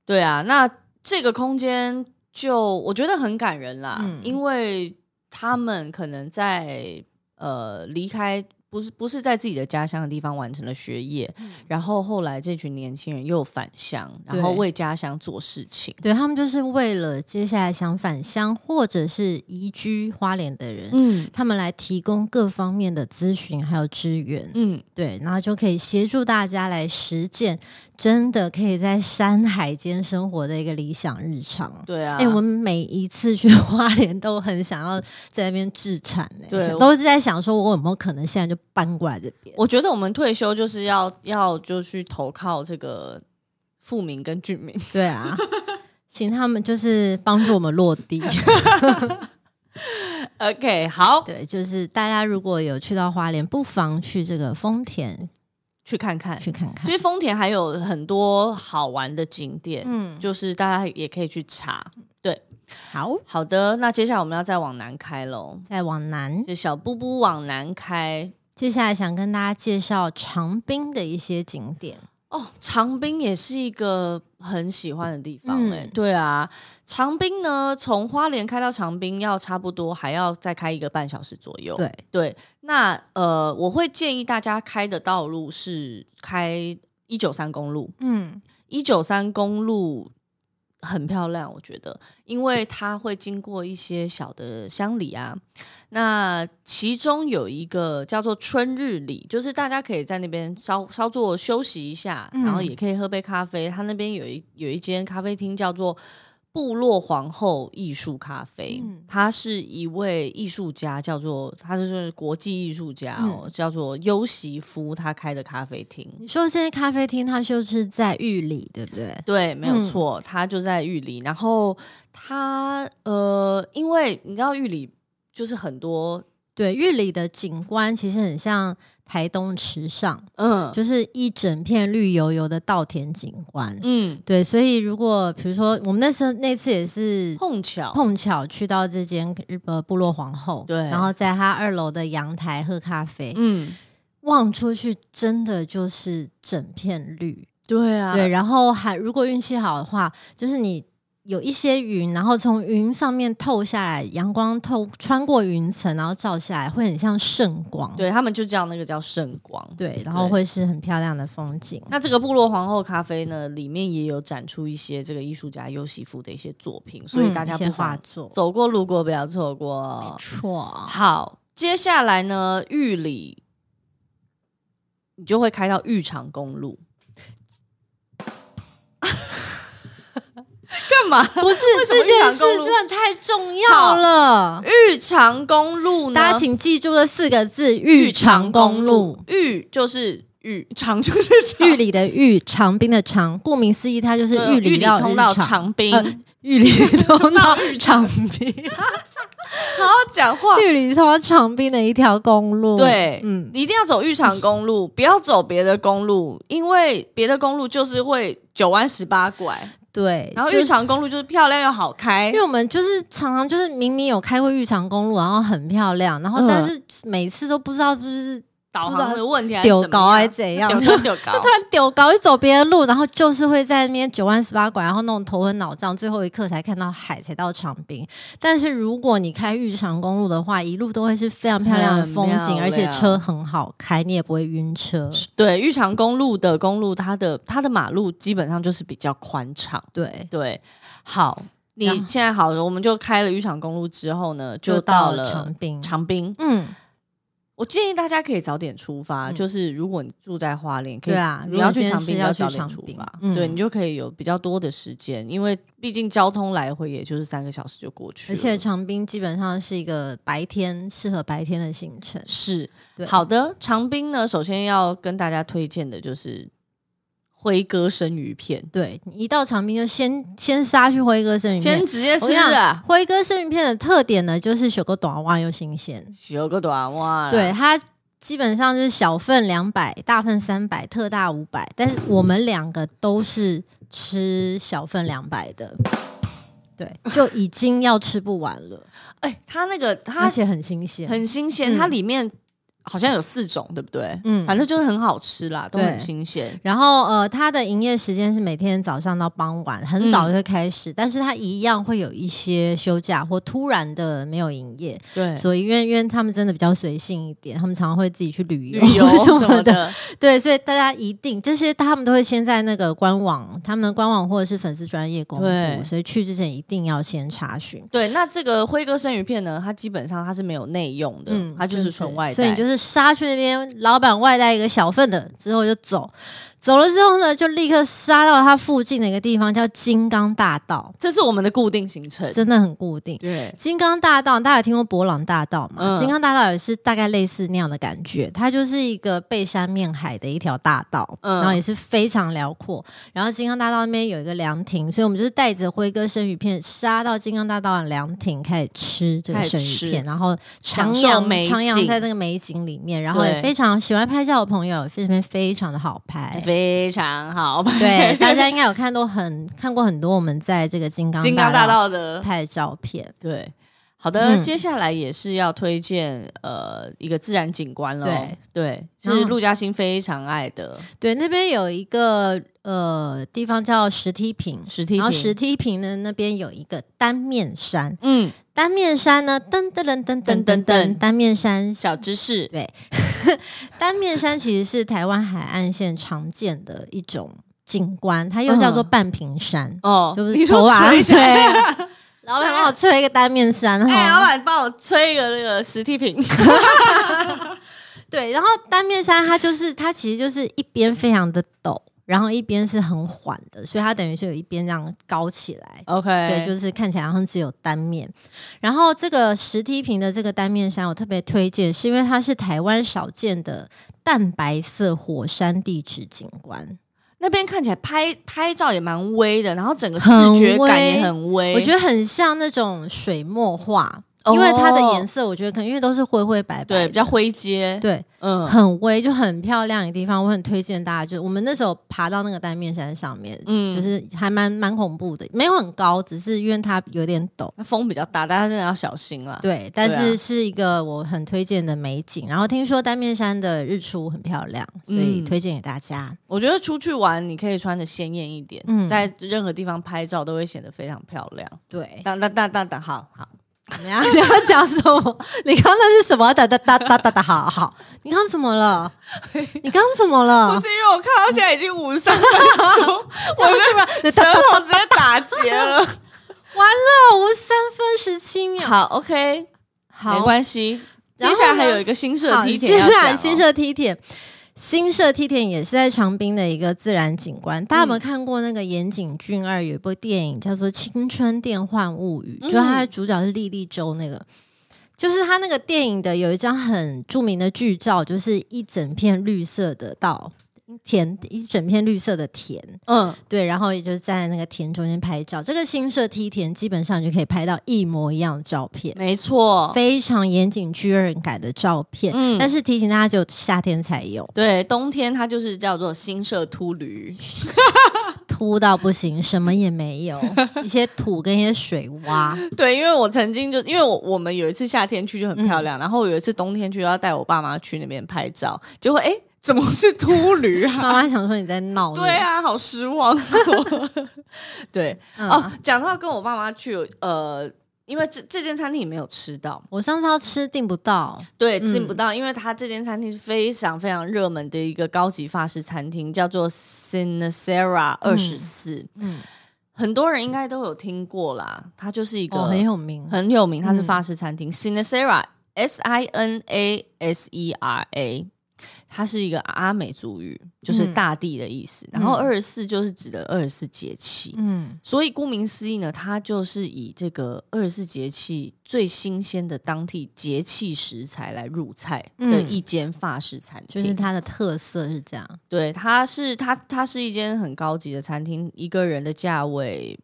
[SPEAKER 2] 对啊，那这个空间就我觉得很感人啦，
[SPEAKER 1] 嗯
[SPEAKER 2] 因为他们可能在呃离开。不是不是在自己的家乡的地方完成了学业，
[SPEAKER 1] 嗯
[SPEAKER 2] 然后后来这群年轻人又返乡，然后
[SPEAKER 1] 对
[SPEAKER 2] 为家乡做事情。
[SPEAKER 1] 对他们就是为了接下来想返乡或者是移居花莲的人，
[SPEAKER 2] 嗯
[SPEAKER 1] 他们来提供各方面的咨询还有支援。
[SPEAKER 2] 嗯，
[SPEAKER 1] 对，然后就可以协助大家来实践，真的可以在山海间生活的一个理想日常。
[SPEAKER 2] 对啊，
[SPEAKER 1] 哎、我们每一次去 花莲都很想要在那边置产、欸，
[SPEAKER 2] 对
[SPEAKER 1] 想
[SPEAKER 2] 我
[SPEAKER 1] 都是在想说我有没有可能现在就搬过来这边。
[SPEAKER 2] 我觉得我们退休就是要要就去投靠这个富民跟俊民。
[SPEAKER 1] 对啊，请他们就是帮助我们落 地。
[SPEAKER 2] OK，好，
[SPEAKER 1] 对，就是大家如果有去到花莲，不妨去这个丰田
[SPEAKER 2] 去看看。
[SPEAKER 1] 去看看
[SPEAKER 2] 其。实丰田还有很多好玩的景点，
[SPEAKER 1] 嗯，
[SPEAKER 2] 就是大家也可以去查。
[SPEAKER 1] 好，
[SPEAKER 2] 好的，那接下来我们要再往南开喽，
[SPEAKER 1] 再往南，
[SPEAKER 2] 就小布布往南开
[SPEAKER 1] 接下来想跟大家介绍长滨的一些景点。
[SPEAKER 2] 哦。长滨也是一个很喜欢的地方
[SPEAKER 1] 嗯
[SPEAKER 2] 哎、对啊，长滨呢，从花莲开到长滨要差不多还要再开一个半小时左右。
[SPEAKER 1] 对，
[SPEAKER 2] 对，那呃，我会建议大家开的道路是开一九三公路，
[SPEAKER 1] 嗯，
[SPEAKER 2] 一九三公路很漂亮，我觉得，因为它会经过一些小的乡里啊。那其中有一个叫做春日里，就是大家可以在那边稍稍作休息一下，
[SPEAKER 1] 嗯
[SPEAKER 2] 然后也可以喝杯咖啡。它那边有一有一间咖啡厅叫做。部落皇后艺术咖啡，
[SPEAKER 1] 嗯
[SPEAKER 2] 他是一位艺术家，叫做他就是国际艺术家哦，
[SPEAKER 1] 嗯
[SPEAKER 2] 叫做优席夫，他开的咖啡厅。
[SPEAKER 1] 你说这些咖啡厅，它就是在玉里，对不对？
[SPEAKER 2] 对，没有
[SPEAKER 1] 嗯
[SPEAKER 2] 错，他就在玉里。然后他呃，因为你知道玉里就是很多
[SPEAKER 1] 对，玉里的景观其实很像台东池上，
[SPEAKER 2] 嗯
[SPEAKER 1] 就是一整片绿油油的稻田景观。
[SPEAKER 2] 嗯
[SPEAKER 1] 对，所以如果比如说我们那时候那次也是
[SPEAKER 2] 碰巧
[SPEAKER 1] 碰巧去到这间日呃部落皇后，
[SPEAKER 2] 对
[SPEAKER 1] 然后在她二楼的阳台喝咖啡，
[SPEAKER 2] 嗯，
[SPEAKER 1] 望出去真的就是整片绿。
[SPEAKER 2] 对啊，
[SPEAKER 1] 对，然后还如果运气好的话，就是你有一些云，然后从云上面透下来，阳光透穿过云层，然后照下来，会很像圣光。
[SPEAKER 2] 对他们就叫那个叫圣光。
[SPEAKER 1] 对，然后会是很漂亮的风景。
[SPEAKER 2] 那这个部落皇后咖啡呢，里面也有展出一些这个艺术家优席夫的一些作品，所以
[SPEAKER 1] 嗯
[SPEAKER 2] 大家
[SPEAKER 1] 一些
[SPEAKER 2] 不
[SPEAKER 1] 画
[SPEAKER 2] 妨
[SPEAKER 1] 作，
[SPEAKER 2] 走过路过不要错过。
[SPEAKER 1] 错，
[SPEAKER 2] 好，接下来呢，玉里你就会开到玉长公路。干嘛？
[SPEAKER 1] 不是
[SPEAKER 2] 什
[SPEAKER 1] 这
[SPEAKER 2] 么
[SPEAKER 1] 件
[SPEAKER 2] 玉
[SPEAKER 1] 事
[SPEAKER 2] 长公路
[SPEAKER 1] 真的太重要了。
[SPEAKER 2] 玉长公路呢？
[SPEAKER 1] 大家请记住这四个字：玉长公路。，
[SPEAKER 2] 玉就是玉，长就是长
[SPEAKER 1] 玉里的玉，长滨的长，顾名思义，它就是
[SPEAKER 2] 对
[SPEAKER 1] 玉里到
[SPEAKER 2] 通到
[SPEAKER 1] 长，
[SPEAKER 2] 长滨。
[SPEAKER 1] 呃玉里通到
[SPEAKER 2] 玉
[SPEAKER 1] 长滨。
[SPEAKER 2] 好 好讲话。
[SPEAKER 1] 玉里通往长滨的一条公路。
[SPEAKER 2] 对
[SPEAKER 1] 嗯，
[SPEAKER 2] 你一定要走玉长公路，不要走别的公路，因为别的公路就是会九弯十八拐，
[SPEAKER 1] 对。
[SPEAKER 2] 然后
[SPEAKER 1] 哎就
[SPEAKER 2] 玉
[SPEAKER 1] 是
[SPEAKER 2] 长公路就是漂亮又好开
[SPEAKER 1] 因。为我们就是常常就是明明有开过玉长公路，然后很漂亮，然后
[SPEAKER 2] 嗯
[SPEAKER 1] 但是每次都不知道是不是
[SPEAKER 2] 导航的问题还是
[SPEAKER 1] 丢
[SPEAKER 2] 怎
[SPEAKER 1] 高
[SPEAKER 2] 么
[SPEAKER 1] 还是
[SPEAKER 2] 样？
[SPEAKER 1] 怎样，
[SPEAKER 2] 丢
[SPEAKER 1] 就
[SPEAKER 2] 高丢 高，
[SPEAKER 1] 突然丢高就走别的路，然后就是会在那边九弯十八拐，然后弄头昏脑胀，最后一刻才看到海，才到长滨。但是如果你开玉长公路的话，一路都会是非常漂亮的风
[SPEAKER 2] 很漂
[SPEAKER 1] 景，
[SPEAKER 2] 亮
[SPEAKER 1] 而且车很好开，你也不会晕车。
[SPEAKER 2] 对，玉长公路的公路，它的它的马路基本上就是比较宽敞。
[SPEAKER 1] 对，
[SPEAKER 2] 对，好，你
[SPEAKER 1] 然后
[SPEAKER 2] 现在好，我们就开了玉长公路之后呢，就
[SPEAKER 1] 到
[SPEAKER 2] 到了
[SPEAKER 1] 长滨。
[SPEAKER 2] 长滨。
[SPEAKER 1] 嗯，
[SPEAKER 2] 我建议大家可以早点出发，
[SPEAKER 1] 嗯
[SPEAKER 2] 就是如果你住在花莲，可以
[SPEAKER 1] 对啊，
[SPEAKER 2] 你要去
[SPEAKER 1] 长
[SPEAKER 2] 长滨
[SPEAKER 1] 滨
[SPEAKER 2] 你要
[SPEAKER 1] 去
[SPEAKER 2] 早点
[SPEAKER 1] 长
[SPEAKER 2] 出
[SPEAKER 1] 滨
[SPEAKER 2] 发，，
[SPEAKER 1] 嗯
[SPEAKER 2] 对你就可以有比较多的时间，因为毕竟交通来回也就是三个小时就过去
[SPEAKER 1] 而
[SPEAKER 2] 了，
[SPEAKER 1] 且长滨基本上是一个白天适合白天的行程。
[SPEAKER 2] 是
[SPEAKER 1] 对，
[SPEAKER 2] 好的。长滨呢，首先要跟大家推荐的就是辉哥生鱼片，
[SPEAKER 1] 对你一到长滨就先先杀去辉哥生鱼片
[SPEAKER 2] 先。直接
[SPEAKER 1] 我
[SPEAKER 2] 吃
[SPEAKER 1] 跟你讲
[SPEAKER 2] 啊，，
[SPEAKER 1] 辉哥生鱼片的特点呢，就是小个短袜又新鲜，
[SPEAKER 2] 有个短袜啦，
[SPEAKER 1] 对它基本上是小份两百，大份三百，特大五百。但是我们两个都是吃小份两百的，对，就已经要吃不完了，
[SPEAKER 2] 哎，它那个它
[SPEAKER 1] 而且很新鲜，
[SPEAKER 2] 很新
[SPEAKER 1] 嗯
[SPEAKER 2] 鲜，它里面好像有四种，对不对？
[SPEAKER 1] 嗯
[SPEAKER 2] 反正就是很好吃啦，都
[SPEAKER 1] 对
[SPEAKER 2] 很新鲜。
[SPEAKER 1] 然后呃，它的营业时间是每天早上到傍晚，很早
[SPEAKER 2] 嗯
[SPEAKER 1] 就会开始，但是它一样会有一些休假或突然的没有营业，
[SPEAKER 2] 对
[SPEAKER 1] 所以因为因为他们真的比较随性一点，他们常常会自己去旅游
[SPEAKER 2] 旅游什么
[SPEAKER 1] 么的，
[SPEAKER 2] 的，
[SPEAKER 1] 对，所以大家一定这些他们都会先在那个官网、他们的官网或者是粉丝专业公
[SPEAKER 2] 对
[SPEAKER 1] 布，所以去之前一定要先查询。
[SPEAKER 2] 对，那这个辉哥生鱼片呢，它基本上它是没有内用的，它就是纯外带，
[SPEAKER 1] 所以你嗯就是杀去那边，老板外带一个小份的，之后就走。走了之后呢，就立刻杀到他附近的一个地方，叫金刚大道，
[SPEAKER 2] 这是我们的固定行程。
[SPEAKER 1] 真的很固定。
[SPEAKER 2] 对，
[SPEAKER 1] 金刚大道，大家有听过博朗大道吗？
[SPEAKER 2] 嗯
[SPEAKER 1] 金刚大道也是大概类似那样的感觉，它就是一个背山面海的一条大道，
[SPEAKER 2] 嗯
[SPEAKER 1] 然后也是非常辽阔。然后金刚大道那边有一个凉亭，所以我们就是带着辉哥生鱼片杀到金刚大道的凉亭，开始吃这个
[SPEAKER 2] 开始
[SPEAKER 1] 生
[SPEAKER 2] 吃
[SPEAKER 1] 鱼片，然后徜
[SPEAKER 2] 享受美
[SPEAKER 1] 徉徜徉
[SPEAKER 2] 景
[SPEAKER 1] 在那个美景里面，然后
[SPEAKER 2] 对
[SPEAKER 1] 也非常喜欢拍照的朋友，这边非常的好拍。
[SPEAKER 2] 非常好。
[SPEAKER 1] 哎对，大 家应该有看到很看过很多我们在这个金刚
[SPEAKER 2] 金刚大
[SPEAKER 1] 道
[SPEAKER 2] 道的，
[SPEAKER 1] 拍的照片。
[SPEAKER 2] 对。好的，
[SPEAKER 1] 嗯
[SPEAKER 2] 接下来也是要推荐呃一个自然景观喽，
[SPEAKER 1] 对
[SPEAKER 2] 对，
[SPEAKER 1] 然
[SPEAKER 2] 是
[SPEAKER 1] 后
[SPEAKER 2] 陆嘉欣非常爱的
[SPEAKER 1] 对，那边有一个呃地方叫石梯坪，
[SPEAKER 2] 石梯
[SPEAKER 1] 然后
[SPEAKER 2] 坪
[SPEAKER 1] 石梯坪呢那边有一个单面山，
[SPEAKER 2] 嗯，
[SPEAKER 1] 单面山呢噔噔噔噔噔
[SPEAKER 2] 噔噔
[SPEAKER 1] 噔
[SPEAKER 2] 噔
[SPEAKER 1] 噔，单面山
[SPEAKER 2] 小知识，
[SPEAKER 1] 单面山其实是台湾海岸线常见的一种景观，它又叫做
[SPEAKER 2] 嗯
[SPEAKER 1] 半屏山，
[SPEAKER 2] 哦，
[SPEAKER 1] 就是
[SPEAKER 2] 你说
[SPEAKER 1] 头往
[SPEAKER 2] 吹
[SPEAKER 1] 上吹
[SPEAKER 2] 啊
[SPEAKER 1] 啊老板 帮我吹一个单面山哈。
[SPEAKER 2] 哎，老板帮我吹一个那个实体 瓶，
[SPEAKER 1] 对，然后单面山它就是它其实就是一边非常的陡，然后一边是很缓的，所以它等于是有一边这样高起来。
[SPEAKER 2] OK，
[SPEAKER 1] 对，就是看起来好像只有单面。然后这个石梯坪的这个单面山，我特别推荐，是因为它是台湾少见的淡白色火山地质景观。
[SPEAKER 2] 那边看起来拍拍照也蛮微的，然后整个视
[SPEAKER 1] 很
[SPEAKER 2] 觉感也
[SPEAKER 1] 微
[SPEAKER 2] 很微，
[SPEAKER 1] 我觉得很像那种水墨画，
[SPEAKER 2] 哦
[SPEAKER 1] 因为它的颜色，我觉得可能因为都是灰灰白白
[SPEAKER 2] 对
[SPEAKER 1] 的，
[SPEAKER 2] 比较灰阶，
[SPEAKER 1] 对，
[SPEAKER 2] 嗯，
[SPEAKER 1] 很微就很漂亮的地方。我很推荐大家，就是我们那时候爬到那个单面山上面，
[SPEAKER 2] 嗯
[SPEAKER 1] 就是还蛮蛮恐怖的，没有很高，只是因为它有点陡。
[SPEAKER 2] 那风比较大，大家真的要小心啦。
[SPEAKER 1] 对，但
[SPEAKER 2] 对啊
[SPEAKER 1] 是是一个我很推荐的美景。然后听说单面山的日出很漂亮，所以
[SPEAKER 2] 嗯
[SPEAKER 1] 推荐给大家。
[SPEAKER 2] 我觉得出去玩你可以穿的鲜艳一点，
[SPEAKER 1] 嗯
[SPEAKER 2] 在任何地方拍照都会显得非常漂亮。
[SPEAKER 1] 对，
[SPEAKER 2] 当当当当当，好好，
[SPEAKER 1] 怎么样？你哎要讲什么？你刚刚那是什么？哒哒哒哒哒哒，好好。你刚刚怎么 了？你刚刚怎么
[SPEAKER 2] 不
[SPEAKER 1] 了？
[SPEAKER 2] 是因为我看到现在已经五十三分钟， 我的舌头直接打结了。
[SPEAKER 1] 完了，我三分十七秒。
[SPEAKER 2] 好，OK，没
[SPEAKER 1] 好，
[SPEAKER 2] 关系。
[SPEAKER 1] 然
[SPEAKER 2] 接
[SPEAKER 1] 后
[SPEAKER 2] 下来还
[SPEAKER 1] 呢
[SPEAKER 2] 有一个新社
[SPEAKER 1] 好，
[SPEAKER 2] 梯
[SPEAKER 1] 接
[SPEAKER 2] 田要
[SPEAKER 1] 下来
[SPEAKER 2] 讲
[SPEAKER 1] 新
[SPEAKER 2] 哦，
[SPEAKER 1] 社梯田。新社梯田也是在长滨的一个自然景观，大家有
[SPEAKER 2] 嗯
[SPEAKER 1] 没有看过那个岩井俊二有一部电影叫做《青春电幻物语》，
[SPEAKER 2] 嗯
[SPEAKER 1] 就是它的主角是莉莉周那个，就是他那个电影的有一张很著名的剧照，就是一整片绿色的稻田，一整片绿色的田，
[SPEAKER 2] 嗯，
[SPEAKER 1] 对，然后也就是在那个田中间拍照。这个新社梯田基本上你就可以拍到一模一样的照片。
[SPEAKER 2] 没错，
[SPEAKER 1] 非常严谨、具任感的照片，
[SPEAKER 2] 嗯
[SPEAKER 1] 但是提醒大家，只有夏天才有，
[SPEAKER 2] 对，冬天它就是叫做新社秃驴，
[SPEAKER 1] 秃到不行，什么也没 有，一些土跟一些水洼，
[SPEAKER 2] 对，因为我曾经就因为我我们有一次夏天去就很漂亮，然后有一次冬天去要带我爸妈去那边拍照，结果哎，诶怎么是秃驴 啊？
[SPEAKER 1] 妈妈想说你在闹，
[SPEAKER 2] 对，啊， 好失望。对、
[SPEAKER 1] 嗯、
[SPEAKER 2] 哦，讲到跟我爸妈去，呃，因为这这间餐厅没有吃到，
[SPEAKER 1] 我上次要吃订不到，
[SPEAKER 2] 对，
[SPEAKER 1] 嗯
[SPEAKER 2] 订不到，因为它这间餐厅是非常非常热门的一个高级法式餐厅，叫做 Sinacera 二十四，
[SPEAKER 1] 嗯，
[SPEAKER 2] 很多人应该都有听过啦，它就是一个、
[SPEAKER 1] 哦，很有名，
[SPEAKER 2] 很有名，它是
[SPEAKER 1] 嗯
[SPEAKER 2] 法式餐厅、Sinacera S I N A S E R A，它是一个阿美族语，就是
[SPEAKER 1] 嗯
[SPEAKER 2] 大地的意思。然后二十四就是指的二十四节气，
[SPEAKER 1] 嗯
[SPEAKER 2] 所以顾名思义呢，它就是以这个二十四节气最新鲜的当地节气食材来入菜的
[SPEAKER 1] 嗯
[SPEAKER 2] 一间法式餐厅。
[SPEAKER 1] 就是它的特色是这样，
[SPEAKER 2] 对，它是它它是一间很高级的餐厅，一个人的价位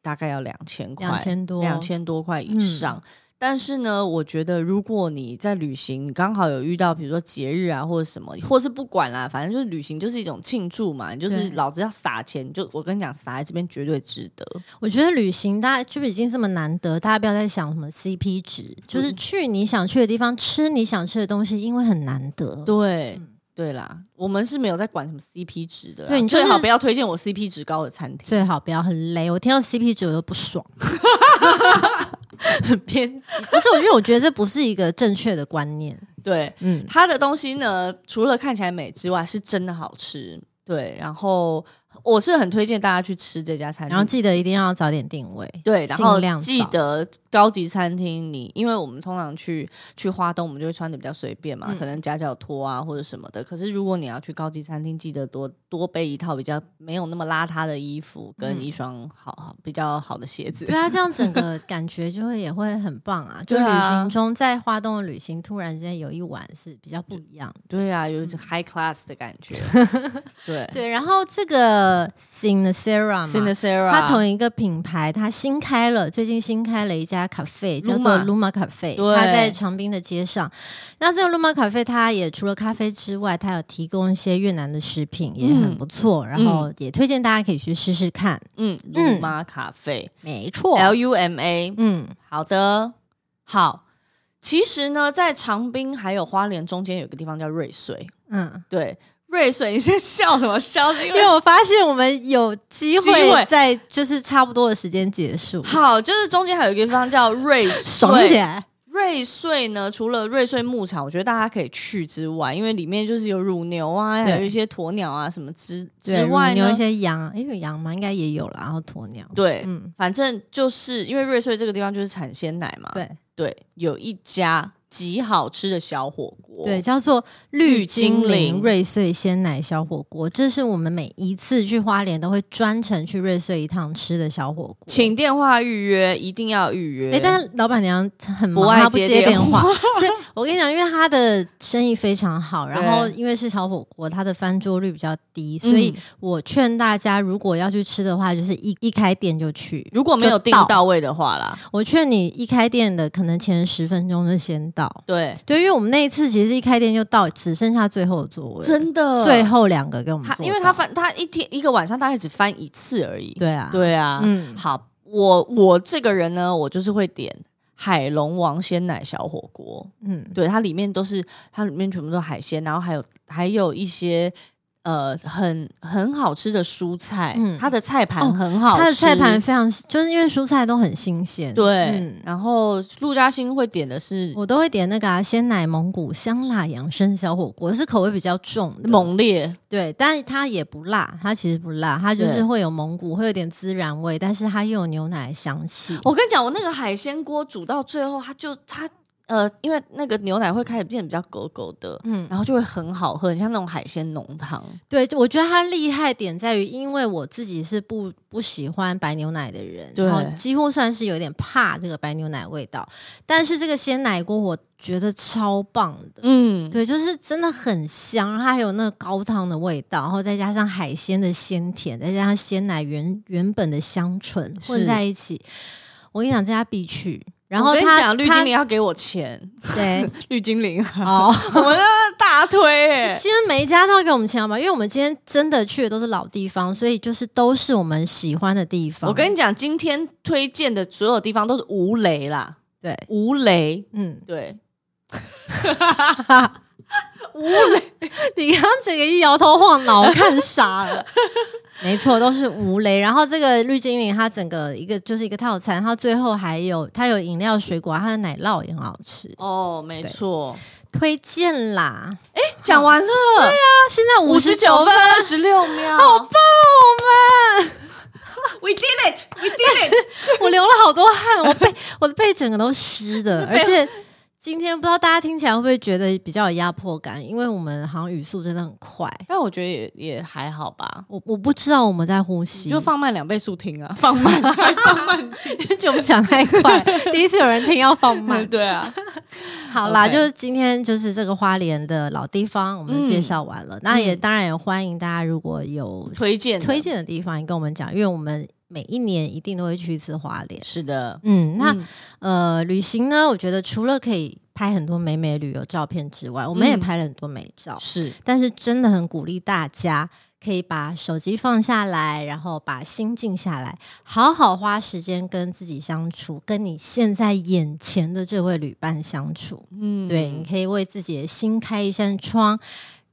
[SPEAKER 2] 大概要两千块，
[SPEAKER 1] 两千多，嗯
[SPEAKER 2] 两千多块以上。但是呢，我觉得如果你在旅行，你刚好有遇到比如说节日啊，或者什么，或是不管啦，反正就是旅行就是一种庆祝嘛，你就是
[SPEAKER 1] 对
[SPEAKER 2] 老子要撒钱，你就我跟你讲，撒在这边绝对值得。
[SPEAKER 1] 我觉得旅行大家就已经这么难得，大家不要再想什么 CP 值，
[SPEAKER 2] 嗯
[SPEAKER 1] 就是去你想去的地方，吃你想吃的东西，因为很难得。
[SPEAKER 2] 对。对啦，我们是没有在管什么 CP 值的啦，
[SPEAKER 1] 嗯对你就是
[SPEAKER 2] 最好不要推荐我 CP 值高的餐厅，
[SPEAKER 1] 最好不要很累，我听到 CP 值我就不 爽。
[SPEAKER 2] 很偏激。
[SPEAKER 1] 不是，我因为我觉得这不是一个正确的观念。
[SPEAKER 2] 对，
[SPEAKER 1] 嗯，
[SPEAKER 2] 它的东西呢，除了看起来美之外，是真的好吃。对，然后我是很推荐大家去吃这家餐
[SPEAKER 1] 然后
[SPEAKER 2] 厅。
[SPEAKER 1] 记得一定要早点定位。
[SPEAKER 2] 对，然后
[SPEAKER 1] 尽量
[SPEAKER 2] 记
[SPEAKER 1] 找
[SPEAKER 2] 得高级餐厅你，因为我们通常去去花东，我们就会穿的比较随便嘛，
[SPEAKER 1] 嗯
[SPEAKER 2] 可能夹脚拖啊或者什么的。可是如果你要去高级餐厅，记得多多备一套比较没有那么邋遢的衣服，
[SPEAKER 1] 嗯
[SPEAKER 2] 跟一双好好比较好的鞋子
[SPEAKER 1] 对。啊，这样整个感觉就会也会很棒 啊！就
[SPEAKER 2] 对
[SPEAKER 1] 旅
[SPEAKER 2] 啊
[SPEAKER 1] 行中，在花东的旅行，突然之间有一晚是比较不一样的。
[SPEAKER 2] 对啊，有一种 high class 的感觉。对
[SPEAKER 1] 嗯 对，然后这个 Sinacera 嘛
[SPEAKER 2] c i n e s e r a
[SPEAKER 1] 它同一个品牌，它新开了，最近新开了一家咖啡，叫做 Luma 咖啡，
[SPEAKER 2] 对
[SPEAKER 1] 它在长滨的街上。那这个 Luma 咖啡，它也除了咖啡之外，它有提供一些越南的食品，也很不错，然后也推荐大家可以去试试看。
[SPEAKER 2] 嗯，鲁玛咖啡
[SPEAKER 1] 没错，
[SPEAKER 2] L U M A，
[SPEAKER 1] 嗯，
[SPEAKER 2] 好的，好。其实呢，在长滨还有花莲中间有个地方叫瑞穗，
[SPEAKER 1] 嗯，
[SPEAKER 2] 对，瑞穗，你在笑什么笑？是因
[SPEAKER 1] 因
[SPEAKER 2] 为
[SPEAKER 1] 为我发现我们有机
[SPEAKER 2] 机会
[SPEAKER 1] 会在就是差不多的时间结束，
[SPEAKER 2] 好，就是中间还有一个地方叫瑞
[SPEAKER 1] 爽起
[SPEAKER 2] 穗。
[SPEAKER 1] 来。
[SPEAKER 2] 瑞穗呢，除了瑞穗牧场，我觉得大家可以去之外，因为里面就是有乳牛啊，
[SPEAKER 1] 对
[SPEAKER 2] 还有一些鸵鸟啊什么之
[SPEAKER 1] 对，
[SPEAKER 2] 之
[SPEAKER 1] 乳
[SPEAKER 2] 外
[SPEAKER 1] 牛一
[SPEAKER 2] 呢，
[SPEAKER 1] 些羊，哎，有羊吗？应该也有啦，然后鸵鸟，
[SPEAKER 2] 对，
[SPEAKER 1] 嗯，
[SPEAKER 2] 反正就是因为瑞穗这个地方就是产鲜奶嘛，
[SPEAKER 1] 对。
[SPEAKER 2] 对，有一家极好吃的小火锅，
[SPEAKER 1] 对，叫做绿
[SPEAKER 2] 精
[SPEAKER 1] 精
[SPEAKER 2] 灵
[SPEAKER 1] 灵瑞穗鲜奶小火锅，这是我们每一次去花莲都会专程去瑞穗一趟吃的小火锅。
[SPEAKER 2] 请电话预约，一定要预约。
[SPEAKER 1] 哎、但是老板娘很忙，
[SPEAKER 2] 不爱
[SPEAKER 1] 她不
[SPEAKER 2] 接
[SPEAKER 1] 接
[SPEAKER 2] 电
[SPEAKER 1] 电话，所以我跟你讲，因为她的生意非常好，然后
[SPEAKER 2] 对
[SPEAKER 1] 因为是小火锅，它的翻桌率比较低，所以
[SPEAKER 2] 嗯
[SPEAKER 1] 我劝大家，如果要去吃的话，就是一一开店就去。
[SPEAKER 2] 如果没有订
[SPEAKER 1] 就到
[SPEAKER 2] 到位的话啦，
[SPEAKER 1] 我劝你一开店的，可能前十分钟就先到。
[SPEAKER 2] 对，
[SPEAKER 1] 对，因为我们那一次其实一开店就到，只剩下最后的座位。
[SPEAKER 2] 真的
[SPEAKER 1] 最后两个给我们
[SPEAKER 2] 嗯他
[SPEAKER 1] 做到，
[SPEAKER 2] 因为他翻他一天一个晚上大概只翻一次而已。
[SPEAKER 1] 对啊，
[SPEAKER 2] 对啊，
[SPEAKER 1] 嗯
[SPEAKER 2] 好，我我这个人呢，我就是会点海龙王鲜奶小火锅，
[SPEAKER 1] 嗯，
[SPEAKER 2] 对，它里面都是它里面全部都是海鲜，然后还有还有一些。呃，很很好吃的蔬菜，
[SPEAKER 1] 嗯
[SPEAKER 2] 它的菜盘
[SPEAKER 1] 哦
[SPEAKER 2] 很好吃，
[SPEAKER 1] 它的菜盘非常，就是因为蔬菜都很新鲜，
[SPEAKER 2] 对。
[SPEAKER 1] 嗯
[SPEAKER 2] 然后陆嘉欣会点的是
[SPEAKER 1] 我都会点那个啊，鲜奶蒙古香辣养生小火锅，是口味比较重的，
[SPEAKER 2] 猛烈，
[SPEAKER 1] 对，但是它也不辣，它其实不辣，它就
[SPEAKER 2] 对
[SPEAKER 1] 是会有蒙古，会有点孜然味，但是它又有牛奶的香气。
[SPEAKER 2] 我跟你讲，我那个海鲜锅煮到最后，它就它呃，因为那个牛奶会开始变得比较狗狗的，
[SPEAKER 1] 嗯，
[SPEAKER 2] 然后就会很好喝，很像那种海鲜浓汤。
[SPEAKER 1] 对，我觉得它厉害点在于，因为我自己是不不喜欢白牛奶的人，
[SPEAKER 2] 对
[SPEAKER 1] 然后几乎算是有点怕这个白牛奶味道，但是这个鲜奶锅我觉得超棒的。
[SPEAKER 2] 嗯，
[SPEAKER 1] 对，就是真的很香，然后它还有那个高汤的味道，然后再加上海鲜的鲜甜，再加上鲜奶原原本的香醇
[SPEAKER 2] 是
[SPEAKER 1] 混在一起。我跟你讲，这家必去。然
[SPEAKER 2] 我
[SPEAKER 1] 后
[SPEAKER 2] 跟你
[SPEAKER 1] 它
[SPEAKER 2] 讲，绿
[SPEAKER 1] 它
[SPEAKER 2] 精灵要给我钱，
[SPEAKER 1] 对
[SPEAKER 2] 绿精灵，
[SPEAKER 1] 哦，
[SPEAKER 2] 我们那大 推哎、
[SPEAKER 1] 今天每一家都要给我们钱好吗？因为我们今天真的去的都是老地方，所以就是都是我们喜欢的地方。
[SPEAKER 2] 我跟你讲，今天推荐的所有地方都是无雷啦，
[SPEAKER 1] 对，
[SPEAKER 2] 无雷，
[SPEAKER 1] 嗯，
[SPEAKER 2] 对，
[SPEAKER 1] 你刚刚整个一摇头晃脑，我看傻了。 没错，都是无雷。然后这个绿精灵，它整个一个就是一个套餐，它最后还有它有饮料、水果，它的奶酪也很好吃，
[SPEAKER 2] 哦，没错，
[SPEAKER 1] 推荐啦！
[SPEAKER 2] 讲完了，
[SPEAKER 1] 那啊现在
[SPEAKER 2] 啊五
[SPEAKER 1] 五
[SPEAKER 2] 十
[SPEAKER 1] 十
[SPEAKER 2] 九
[SPEAKER 1] 九
[SPEAKER 2] 分
[SPEAKER 1] 分，
[SPEAKER 2] 二十六秒，好棒，哦
[SPEAKER 1] 我们
[SPEAKER 2] we did it，we did it。
[SPEAKER 1] 我流了好多汗，我背我的背整个都湿的，而且今天不知道大家听起来会不会觉得比较有压迫感，因为我们好像语速真的很快，
[SPEAKER 2] 但我觉得也也还好吧，
[SPEAKER 1] 我我不知道我们在呼吸，
[SPEAKER 2] 你就放慢两倍速听啊，放慢，快嗯 放慢，
[SPEAKER 1] 就我们讲太快，第一次有人听要放慢。
[SPEAKER 2] 对啊，
[SPEAKER 1] 嗯好啦
[SPEAKER 2] OK
[SPEAKER 1] 就是今天就是这个花莲的老地方，我们都介绍完了。那也当然也欢迎大家，如果有
[SPEAKER 2] 推荐
[SPEAKER 1] 嗯
[SPEAKER 2] 的
[SPEAKER 1] 推荐的地方，也跟我们讲，因为我们每一年一定都会去一次花莲。
[SPEAKER 2] 是的，
[SPEAKER 1] 嗯，那、
[SPEAKER 2] 嗯
[SPEAKER 1] 呃，旅行呢，我觉得除了可以拍很多美美旅游照片之外，我们也
[SPEAKER 2] 嗯
[SPEAKER 1] 拍了很多美照，
[SPEAKER 2] 是
[SPEAKER 1] 但是真的很鼓励大家。可以把手机放下来，然后把心静下来，好好花时间跟自己相处，跟你现在眼前的这位旅伴相处。
[SPEAKER 2] 嗯
[SPEAKER 1] 对，你可以为自己的心开一扇窗，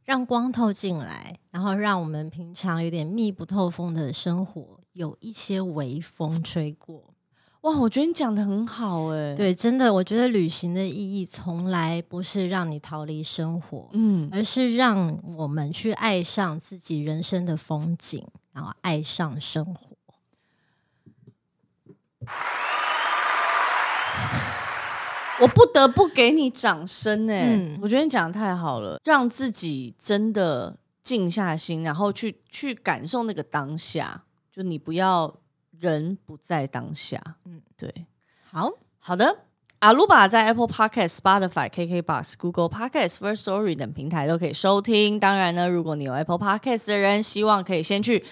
[SPEAKER 1] 让光透进来，然后让我们平常有点密不透风的生活有一些微风吹过。
[SPEAKER 2] 哇，我觉得你讲的很好哎、，
[SPEAKER 1] 对，真的，我觉得旅行的意义从来不是让你逃离生活，
[SPEAKER 2] 嗯，
[SPEAKER 1] 而是让我们去爱上自己人生的风景，然后爱上生活。
[SPEAKER 2] 我不得不给你掌声哎、
[SPEAKER 1] 嗯
[SPEAKER 2] 我觉得你讲的太好了，让自己真的静下心，然后去去感受那个当下，就你不要人不在当下，嗯
[SPEAKER 1] 嗯，
[SPEAKER 2] 对。
[SPEAKER 1] 好，
[SPEAKER 2] 好的。阿鲁巴在 Apple Podcast、Spotify、KKBox、Google Podcast、First Story 等平台都可以收听。当然呢，如果你有 Apple Podcast 的人，希望可以先去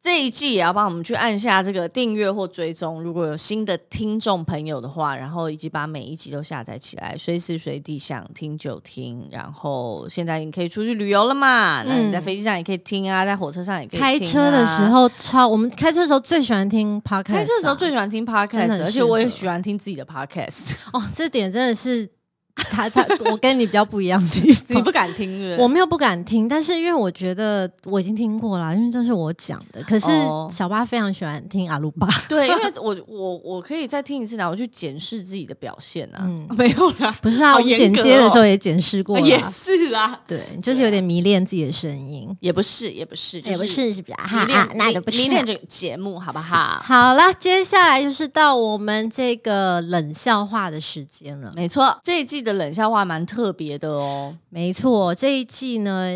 [SPEAKER 2] 这一季也要帮我们去按下这个订阅或追踪。如果有新的听众朋友的话，然后以及把每一集都下载起来，随时随地想听就听。然后现在你可以出去旅游了嘛？那你在
[SPEAKER 1] 嗯
[SPEAKER 2] 飞机上也可以听啊，在火车上也可以听、
[SPEAKER 1] 开车的时。候超，我们开车的时候最喜欢听 podcast，
[SPEAKER 2] 啊开车的时候
[SPEAKER 1] 啊
[SPEAKER 2] 最喜欢听
[SPEAKER 1] 真的
[SPEAKER 2] podcast，
[SPEAKER 1] 很
[SPEAKER 2] 而且
[SPEAKER 1] 适
[SPEAKER 2] 我也
[SPEAKER 1] 合
[SPEAKER 2] 喜欢听自己 的 podcast。
[SPEAKER 1] 哦，这点真的是他他，我跟你比较不一样的地
[SPEAKER 2] 你
[SPEAKER 1] 方
[SPEAKER 2] 不。敢听是不是
[SPEAKER 1] 我没有不敢听，但是因为我觉得我已经听过啦，因为这是我讲的。可是
[SPEAKER 2] 哦
[SPEAKER 1] 小巴非常喜欢听阿鲁巴，
[SPEAKER 2] 对，因为我我我可以再听一次，然后去检视自己的表现啊。
[SPEAKER 1] 嗯
[SPEAKER 2] 没有啦，
[SPEAKER 1] 不是啊？
[SPEAKER 2] 好
[SPEAKER 1] 我们
[SPEAKER 2] 严
[SPEAKER 1] 剪
[SPEAKER 2] 格
[SPEAKER 1] 接的
[SPEAKER 2] 哦
[SPEAKER 1] 时候也检视过啦，
[SPEAKER 2] 也是啦，
[SPEAKER 1] 对，就是有点迷恋自己的声音，
[SPEAKER 2] 也不是，也不是，啊就
[SPEAKER 1] 也不是是比较哈
[SPEAKER 2] 迷
[SPEAKER 1] 啊
[SPEAKER 2] 恋，
[SPEAKER 1] 那
[SPEAKER 2] 迷
[SPEAKER 1] 也不是
[SPEAKER 2] 迷恋这个节目，好不好？
[SPEAKER 1] 好啦，接下来就是到我们这个冷笑话的时间了。
[SPEAKER 2] 没错，这一季的冷笑话蛮特别的哦。
[SPEAKER 1] 没错，这一季呢，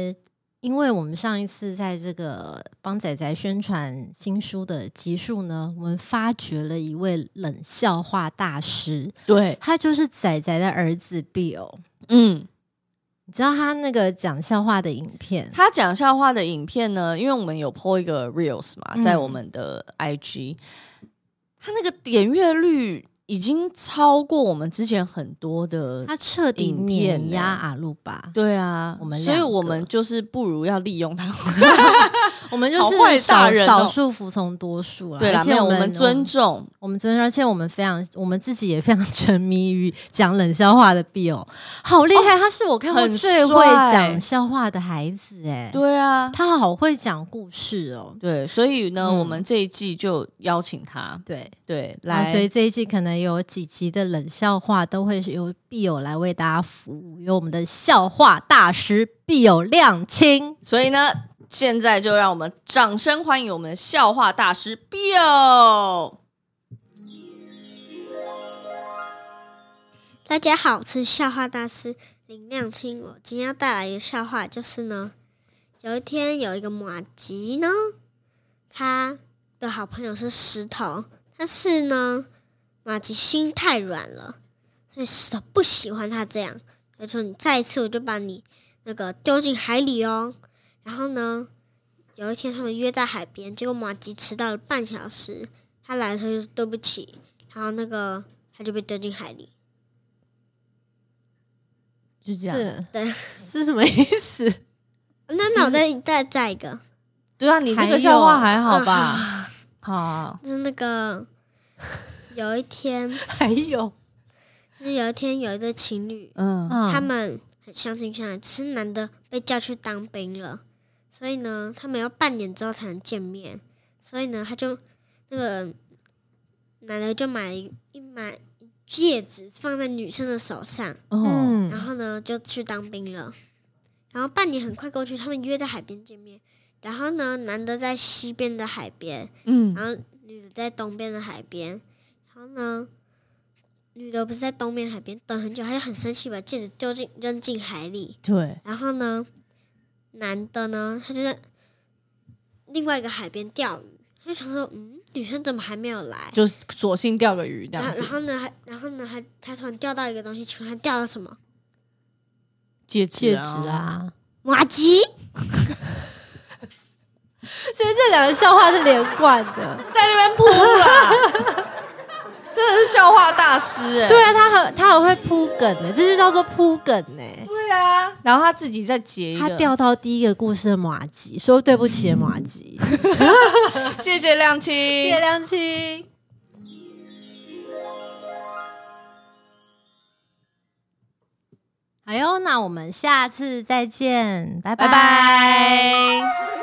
[SPEAKER 1] 因为我们上一次在这个帮仔仔宣传新书的集数呢，我们发掘了一位冷笑话大师，
[SPEAKER 2] 对，
[SPEAKER 1] 他就是仔仔的儿子 Bill。
[SPEAKER 2] 嗯，
[SPEAKER 1] 你知道他那个讲笑话的影片，
[SPEAKER 2] 他讲笑话的影片呢，因为我们有 po 一个 reels 嘛，
[SPEAKER 1] 嗯
[SPEAKER 2] 在我们的 IG，、他那个点阅率已经超过我们之前很多的
[SPEAKER 1] 他彻底
[SPEAKER 2] 影片
[SPEAKER 1] 碾压
[SPEAKER 2] 欸
[SPEAKER 1] 阿鲁巴。
[SPEAKER 2] 对啊，
[SPEAKER 1] 我们
[SPEAKER 2] 所以
[SPEAKER 1] 两个
[SPEAKER 2] 我们就是不如要利用它。
[SPEAKER 1] 我们就
[SPEAKER 2] 好坏
[SPEAKER 1] 是
[SPEAKER 2] 大
[SPEAKER 1] 少
[SPEAKER 2] 人哦
[SPEAKER 1] 少数服从多数啦，
[SPEAKER 2] 对啦，
[SPEAKER 1] 而且
[SPEAKER 2] 没有，我
[SPEAKER 1] 们
[SPEAKER 2] 们尊重。
[SPEAKER 1] 我们昨天，而且我们非常，我们自己也非常沉迷于讲冷笑话的 Bill，好厉害！他是我看过
[SPEAKER 2] 哦很
[SPEAKER 1] 最会
[SPEAKER 2] 帅
[SPEAKER 1] 讲笑话的孩子，哎，
[SPEAKER 2] 对啊，
[SPEAKER 1] 他好会讲故事哦。
[SPEAKER 2] 对，所以呢，
[SPEAKER 1] 嗯
[SPEAKER 2] 我们这一季就邀请他，
[SPEAKER 1] 对，
[SPEAKER 2] 对，来，
[SPEAKER 1] 那所以这一季可能有几集的冷笑话都会是由 Bill 来为大家服务，由我们的笑话大师 Bill 亮清。
[SPEAKER 2] 所以呢，现在就让我们掌声欢迎我们的笑话大师 Bill。
[SPEAKER 3] 大家好，我是笑话大师林亮清。我今天要带来一个笑话，就是呢，有一天有一个马吉呢，他的好朋友是石头，但是呢，马吉心太软了，所以石头不喜欢他这样。他说：“你再一次，我就把你那个丢进海里哦。”然后呢，有一天他们约在海边，结果马吉迟到了半小时，他来的时候就说对不起，然后那个他就被丢进海里。
[SPEAKER 2] 就这样，
[SPEAKER 1] 是
[SPEAKER 3] 对
[SPEAKER 1] 是什么意思？
[SPEAKER 3] 那那我再再再一个，
[SPEAKER 2] 对啊，你这
[SPEAKER 1] 还
[SPEAKER 2] 个
[SPEAKER 1] 有
[SPEAKER 2] 笑话还好 吧？好，
[SPEAKER 3] 就是那个有一天，
[SPEAKER 1] 还有，
[SPEAKER 3] 就是有一天有一对情侣，
[SPEAKER 2] 嗯，
[SPEAKER 3] 他
[SPEAKER 1] 嗯，
[SPEAKER 3] 们很相亲相爱，只是男的被叫去当兵了，所以呢，他们要半年之后才能见面，所以呢，他就那个男的就买了一一买戒指放在女生的手上，
[SPEAKER 1] 嗯
[SPEAKER 2] 哦，
[SPEAKER 3] 然后呢就去当兵了。然后半年很快过去，他们约在海边见面。然后呢，男的在西边的海边，
[SPEAKER 2] 嗯，
[SPEAKER 3] 然后女的在东边的海边，然后呢，女的不是在东面海边等很久，她就很生气，把戒指丢进扔进海里。
[SPEAKER 2] 对，
[SPEAKER 3] 然后呢，男的呢，他就在另外一个海边钓鱼，他就想说，嗯，女生怎么还没有来？
[SPEAKER 2] 就是索性钓个鱼这
[SPEAKER 3] 然
[SPEAKER 2] 样
[SPEAKER 3] 后，
[SPEAKER 2] 子
[SPEAKER 3] 然，后呢，还然后呢，还他突然钓到一个东西，请问他钓到什么？
[SPEAKER 2] 戒
[SPEAKER 1] 戒
[SPEAKER 2] 指
[SPEAKER 1] 指
[SPEAKER 2] 啊，
[SPEAKER 1] 啊。
[SPEAKER 3] 马吉。
[SPEAKER 1] 所以这两个笑话是连贯的。
[SPEAKER 2] 在那边扑啦， 真的是笑话大师哎、
[SPEAKER 1] 对啊，他很他很会铺梗呢、这就叫做铺梗呢、
[SPEAKER 2] 对啊，然后他自己再结一个，
[SPEAKER 1] 他掉到第一个故事的马吉，说对不起的马吉。
[SPEAKER 2] 谢谢亮青，
[SPEAKER 1] 谢谢梁青。哎呦，那我们下次再见，拜
[SPEAKER 2] 拜
[SPEAKER 1] 拜
[SPEAKER 2] 拜